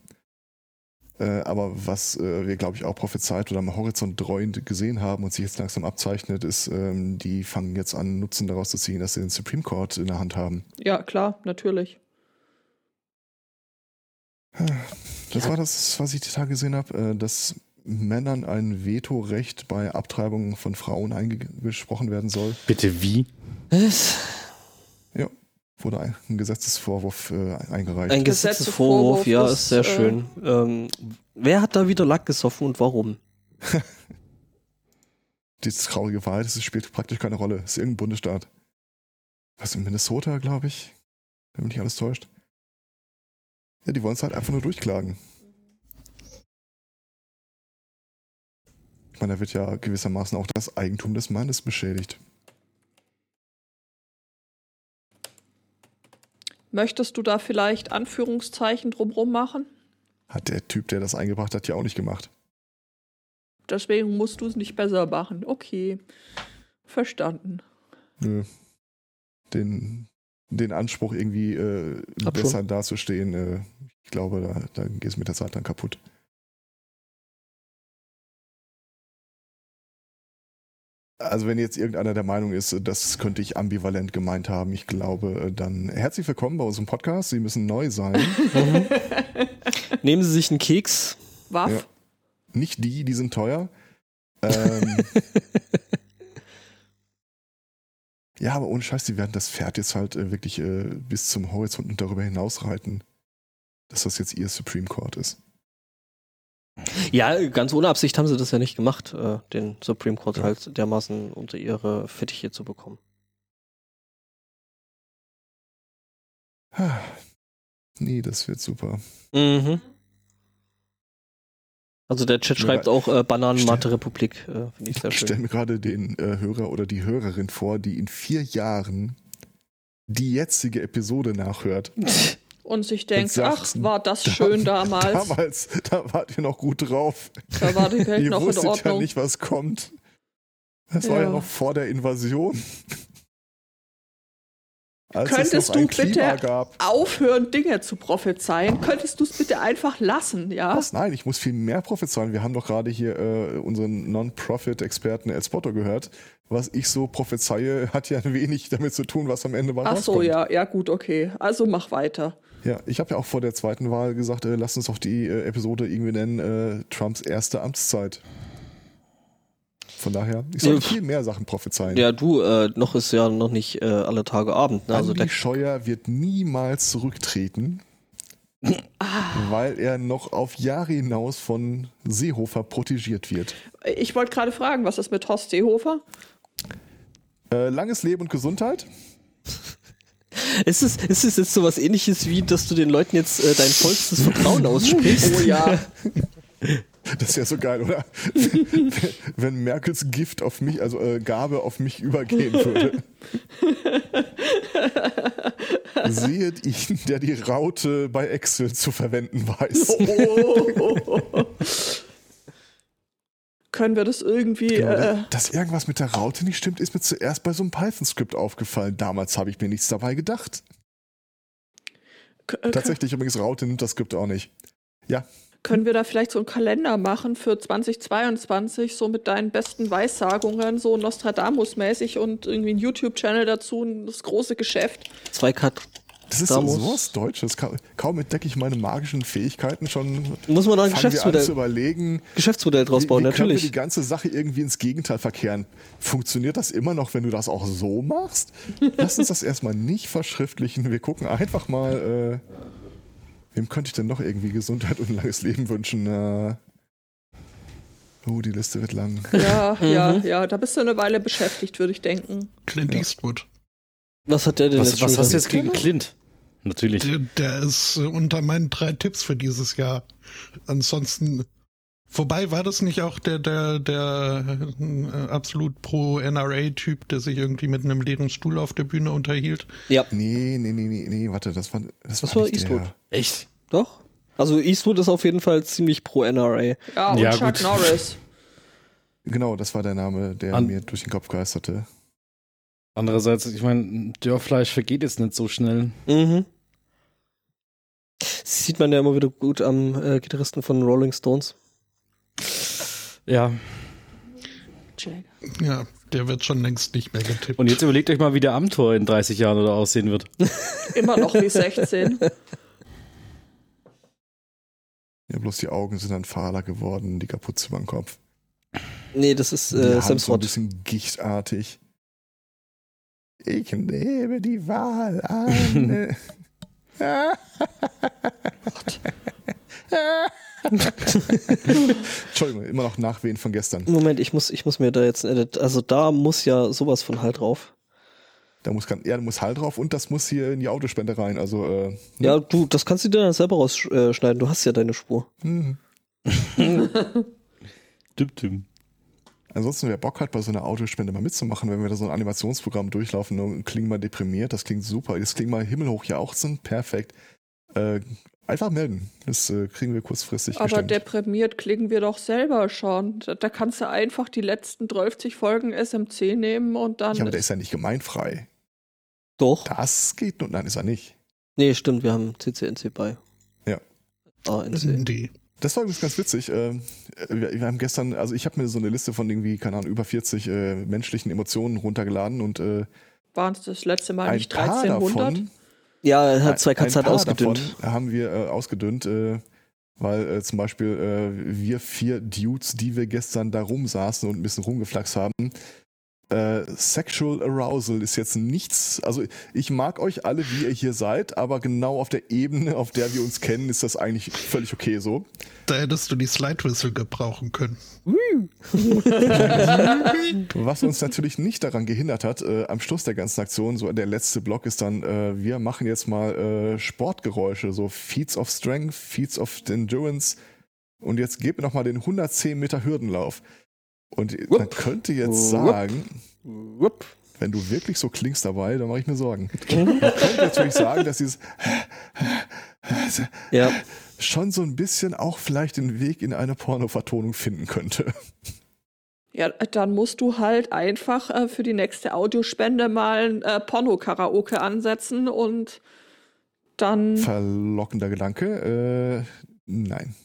Äh, aber was äh, wir, glaube ich, auch prophezeit oder am Horizont dreuend gesehen haben und sich jetzt langsam abzeichnet, ist, ähm, die fangen jetzt an, Nutzen daraus zu ziehen, dass sie den Supreme Court in der Hand haben.
Ja, klar, natürlich.
Das war das, was ich die Tage gesehen habe, äh, dass Männern ein Vetorecht bei Abtreibungen von Frauen eingesprochen werden soll.
Bitte wie?
Was?
Wurde ein ein Gesetzesvorwurf äh, eingereicht.
Ein Gesetzesvorwurf, ja, ist sehr
Gesetzesvorwurf,
schön. Ähm, wer hat da wieder Lack gesoffen und warum?
die traurige Wahrheit ist, es spielt praktisch keine Rolle. Es ist irgendein Bundesstaat. Was in Minnesota, glaube ich. Wenn mich nicht alles täuscht. Ja, die wollen es halt einfach nur durchklagen. Ich meine, da wird ja gewissermaßen auch das Eigentum des Mannes beschädigt.
Möchtest du da vielleicht Anführungszeichen drumrum machen?
Hat der Typ, der das eingebracht hat, ja auch nicht gemacht.
Deswegen musst du es nicht besser machen. Okay. Verstanden.
Nö. Den, den Anspruch irgendwie äh,
Hab schon.
besser dazustehen, äh, ich glaube, da, da geht es mit der Zeit dann kaputt. Also wenn jetzt irgendeiner der Meinung ist, äh, das könnte ich ambivalent gemeint haben, ich glaube, äh, dann herzlich willkommen bei unserem Podcast. Sie müssen neu sein.
Nehmen Sie sich einen Keks.
Waff.
Mhm. Ja. Nicht die, die sind teuer. Ähm, ja, aber ohne Scheiß, die werden das Pferd jetzt halt äh, wirklich äh, bis zum Horizont und darüber hinaus reiten. Dass das jetzt ihr Supreme Court ist.
Ja, ganz ohne Absicht haben sie das ja nicht gemacht, äh, den Supreme Court halt dermaßen unter ihre Fittiche zu bekommen.
Ah, Nee, das wird super.
Mhm. Also der Chat
Ja,
schreibt auch äh, Bananenmate
Stell-
Republik, äh, finde ich sehr
Ich stelle
schön.
mir gerade den äh, Hörer oder die Hörerin vor, die in vier Jahren die jetzige Episode nachhört.
Und sich denkt, ach,
sagst,
war das schön damals.
Damals, da wart ihr noch gut drauf.
Da war die Welt
Ihr
noch in
wusstet ja
Ordnung.
nicht, was kommt. Das war ja
Ja.
noch vor der Invasion. Als
Könntest du
Klima
bitte-
gab.
Aufhören, Dinge zu prophezeien. Könntest du es bitte einfach lassen, ja?
Was? Nein, ich muss viel mehr prophezeien. Wir haben doch gerade hier äh, unseren Non-Profit-Experten Ed Spotter gehört. Was ich so prophezeie, hat ja ein wenig damit zu tun, was am Ende mal
Ach so,
rauskommt.
ja, ja, gut, okay. Also mach weiter.
ja, ich habe ja auch vor der zweiten Wahl gesagt, äh, lass uns doch die äh, Episode irgendwie nennen, äh, Trumps erste Amtszeit. Von daher, ich soll
Ja,
viel mehr Sachen prophezeien.
Ja, du, äh, noch ist ja noch nicht äh, alle Tage Abend. Ne? Also der,
Andi Scheuer wird niemals zurücktreten,
Ah.
weil er noch auf Jahre hinaus von Seehofer protegiert wird.
Ich wollte gerade fragen, was ist mit Horst Seehofer?
Äh, langes Leben und Gesundheit?
ist, es, ist es jetzt so was ähnliches wie, dass du den Leuten jetzt äh, dein vollstes Vertrauen aussprichst?
Oh ja.
Das wäre so geil, oder? Wenn- Wenn Merkels Gift auf mich, also äh, Gabe auf mich übergehen würde. Sehet ihn, der die Raute bei Excel zu verwenden weiß.
Oh.
Können wir das irgendwie.
Genau,
äh,
dass, dass irgendwas mit der Raute nicht stimmt, ist mir zuerst bei so einem Python-Skript aufgefallen. Damals habe ich mir nichts dabei gedacht.
k- äh,
Tatsächlich übrigens, Raute nimmt das Skript auch nicht.
Können wir da vielleicht so einen Kalender machen für 2022, so mit deinen besten Weissagungen, so Nostradamus-mäßig und irgendwie einen YouTube-Channel dazu, und das große Geschäft?
Zwei Kat
Das ist
Da
so,
muss-
sowas Deutsches. Ka- Kaum entdecke ich meine magischen Fähigkeiten schon.
Muss man da ein
fangen wir an zu
Geschäftsmodell,
überlegen,
Geschäftsmodell draus
wie, wie
bauen,
können wir
natürlich.
die ganze Sache irgendwie ins Gegenteil verkehren. Funktioniert das immer noch, wenn du das auch so machst? Lass uns das erstmal nicht verschriftlichen. Wir gucken einfach mal, äh, wem könnte ich denn noch irgendwie Gesundheit und langes Leben wünschen? Äh, oh, die Liste wird lang.
Ja, ja, ja, da bist du eine Weile beschäftigt, würde ich denken.
Clint Eastwood.
Was hat der denn
Was,
jetzt
was
schon
hast du
wieder?
jetzt gegen Clint? Natürlich.
Der, der ist unter meinen drei Tipps für dieses Jahr. Ansonsten, wobei war das nicht auch der, der, der äh, absolut pro NRA-Typ, der sich irgendwie mit einem leeren Stuhl auf der Bühne unterhielt?
Ja,
Nee, nee, nee, nee, nee, warte, das war, das war,
war
nicht
Eastwood.
Der.
Echt?
doch. Also Eastwood ist auf jeden Fall ziemlich pro NRA.
Ja, und
Ja,
Chuck
gut.
Norris.
Genau, das war der Name, der
An-
mir durch den Kopf geisterte.
Andererseits, ich meine, Dörrfleisch vergeht jetzt nicht so schnell.
Mhm. Das sieht man ja immer wieder gut am äh, Gitarristen von Rolling Stones.
Ja.
Ja, der wird schon längst nicht mehr getippt.
Und jetzt überlegt euch mal, wie der Amtor in 30 Jahren oder aussehen wird.
Immer noch wie 16.
Ja, bloß die Augen sind dann fahler geworden, die Kapuze über den Kopf.
Nee, das ist
die
äh, Sam
Hand so ein
Scott.
bisschen gichtartig. Ich nehme die Wahl an. Entschuldigung, immer noch Nachwehen von gestern.
Moment, ich muss, ich muss mir da jetzt ein Edit. Also da muss ja sowas von halt drauf.
Da muss, kann- ja, da muss Hall drauf und das muss hier in die Autospende rein. Also, äh,
Ja, du, das kannst du dir dann selber rausschneiden. Du hast ja deine Spur.
hm.
Düm, düm.
Ansonsten, wer Bock hat, bei so einer Autospende mal mitzumachen, wenn wir da so ein Animationsprogramm durchlaufen ne, und klingen mal deprimiert, das klingt super. Das klingt mal himmelhoch jauchzend, perfekt. Äh, einfach melden. Das äh, kriegen wir kurzfristig
Aber
gestemmt.
deprimiert klingen wir doch selber schon. Da, da kannst du einfach die letzten 30 Folgen SMC nehmen und dann.
Ja, aber der ist ja nicht gemeinfrei.
Doch.
Das geht nun, nein, ist er nicht.
Nee, stimmt, wir haben CCNC bei.
Ja.
ANC.
Nee.
Das war übrigens ganz witzig. ähm, Wir, wir haben gestern, also ich habe mir so eine Liste von irgendwie, keine Ahnung, über 40 äh, menschlichen Emotionen runtergeladen und äh,
waren es das letzte Mal
ein
nicht
paar
1300?
davon,
Ja, er hat zwei
ein-
Katzen hat
ein paar
ausgedünnt.
Davon haben wir äh, ausgedünnt, äh, weil äh, zum Beispiel äh, wir vier Dudes, die wir gestern da rumsaßen und ein bisschen rumgeflaxt haben, äh, Sexual Arousal ist jetzt nichts. Also ich mag euch alle, wie ihr hier seid, aber genau auf der Ebene, auf der wir uns kennen, ist das eigentlich völlig okay so.
Da hättest du die Slide Whistle gebrauchen können.
Was uns natürlich nicht daran gehindert hat, äh, am Schluss der ganzen Aktion, so der letzte Block ist dann, äh, wir machen jetzt mal äh, Sportgeräusche, so Feats of Strength, Feats of Endurance und jetzt gebt mir nochmal den 110 Meter Hürdenlauf. Und man
Wupp.
könnte
Wupp.
jetzt sagen,
Wupp.
wenn du wirklich so klingst dabei, dann mache ich mir Sorgen. Man könnte natürlich sagen, dass dieses
Ja.
schon so ein bisschen auch vielleicht den Weg in eine Porno-Vertonung finden könnte.
Ja, dann musst du halt einfach äh, für die nächste Audiospende mal ein äh, Porno-Karaoke ansetzen und dann.
Verlockender Gedanke. Äh, nein.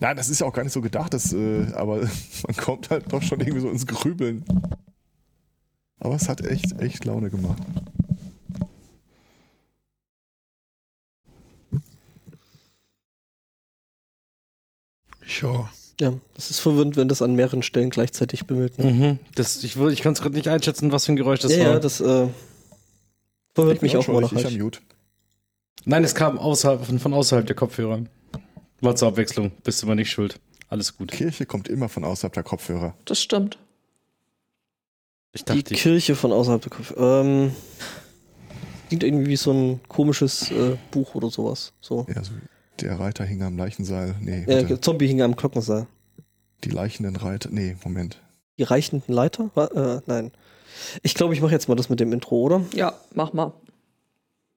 Nein, das ist ja auch gar nicht so gedacht, das, äh, aber man kommt halt doch schon irgendwie so ins Grübeln. Aber es hat echt, echt Laune gemacht.
Ja.
ja, das ist verwirrend, wenn das an mehreren Stellen gleichzeitig bimmelt.
Hm,
Ne?
Mhm. Das, ich würd- ich kann es gerade nicht einschätzen, was für ein Geräusch das
ja,
war.
ja, das äh, verwirrt mich auch
mal
mal noch.
Ich am
halt.
Mute.
Nein, es kam außerhalb, von, von außerhalb der Kopfhörer. War zur Abwechslung. Bist du mal nicht schuld. Alles gut.
Kirche kommt immer von außerhalb der Kopfhörer.
Das stimmt.
Ich
Die
dachte, ich,
Kirche von außerhalb der Kopf. Ähm, klingt irgendwie wie so ein komisches äh, Buch oder sowas. So.
Ja, so, der Reiter hing am Leichenseil. Nee,
Äh,
warte.
Zombie hing am Glockenseil.
die leichenden Reiter. Nee, Moment.
Die reichenden Leiter? Wa- Äh, nein. Ich glaube, ich mache jetzt mal das mit dem Intro, oder?
Ja, mach mal.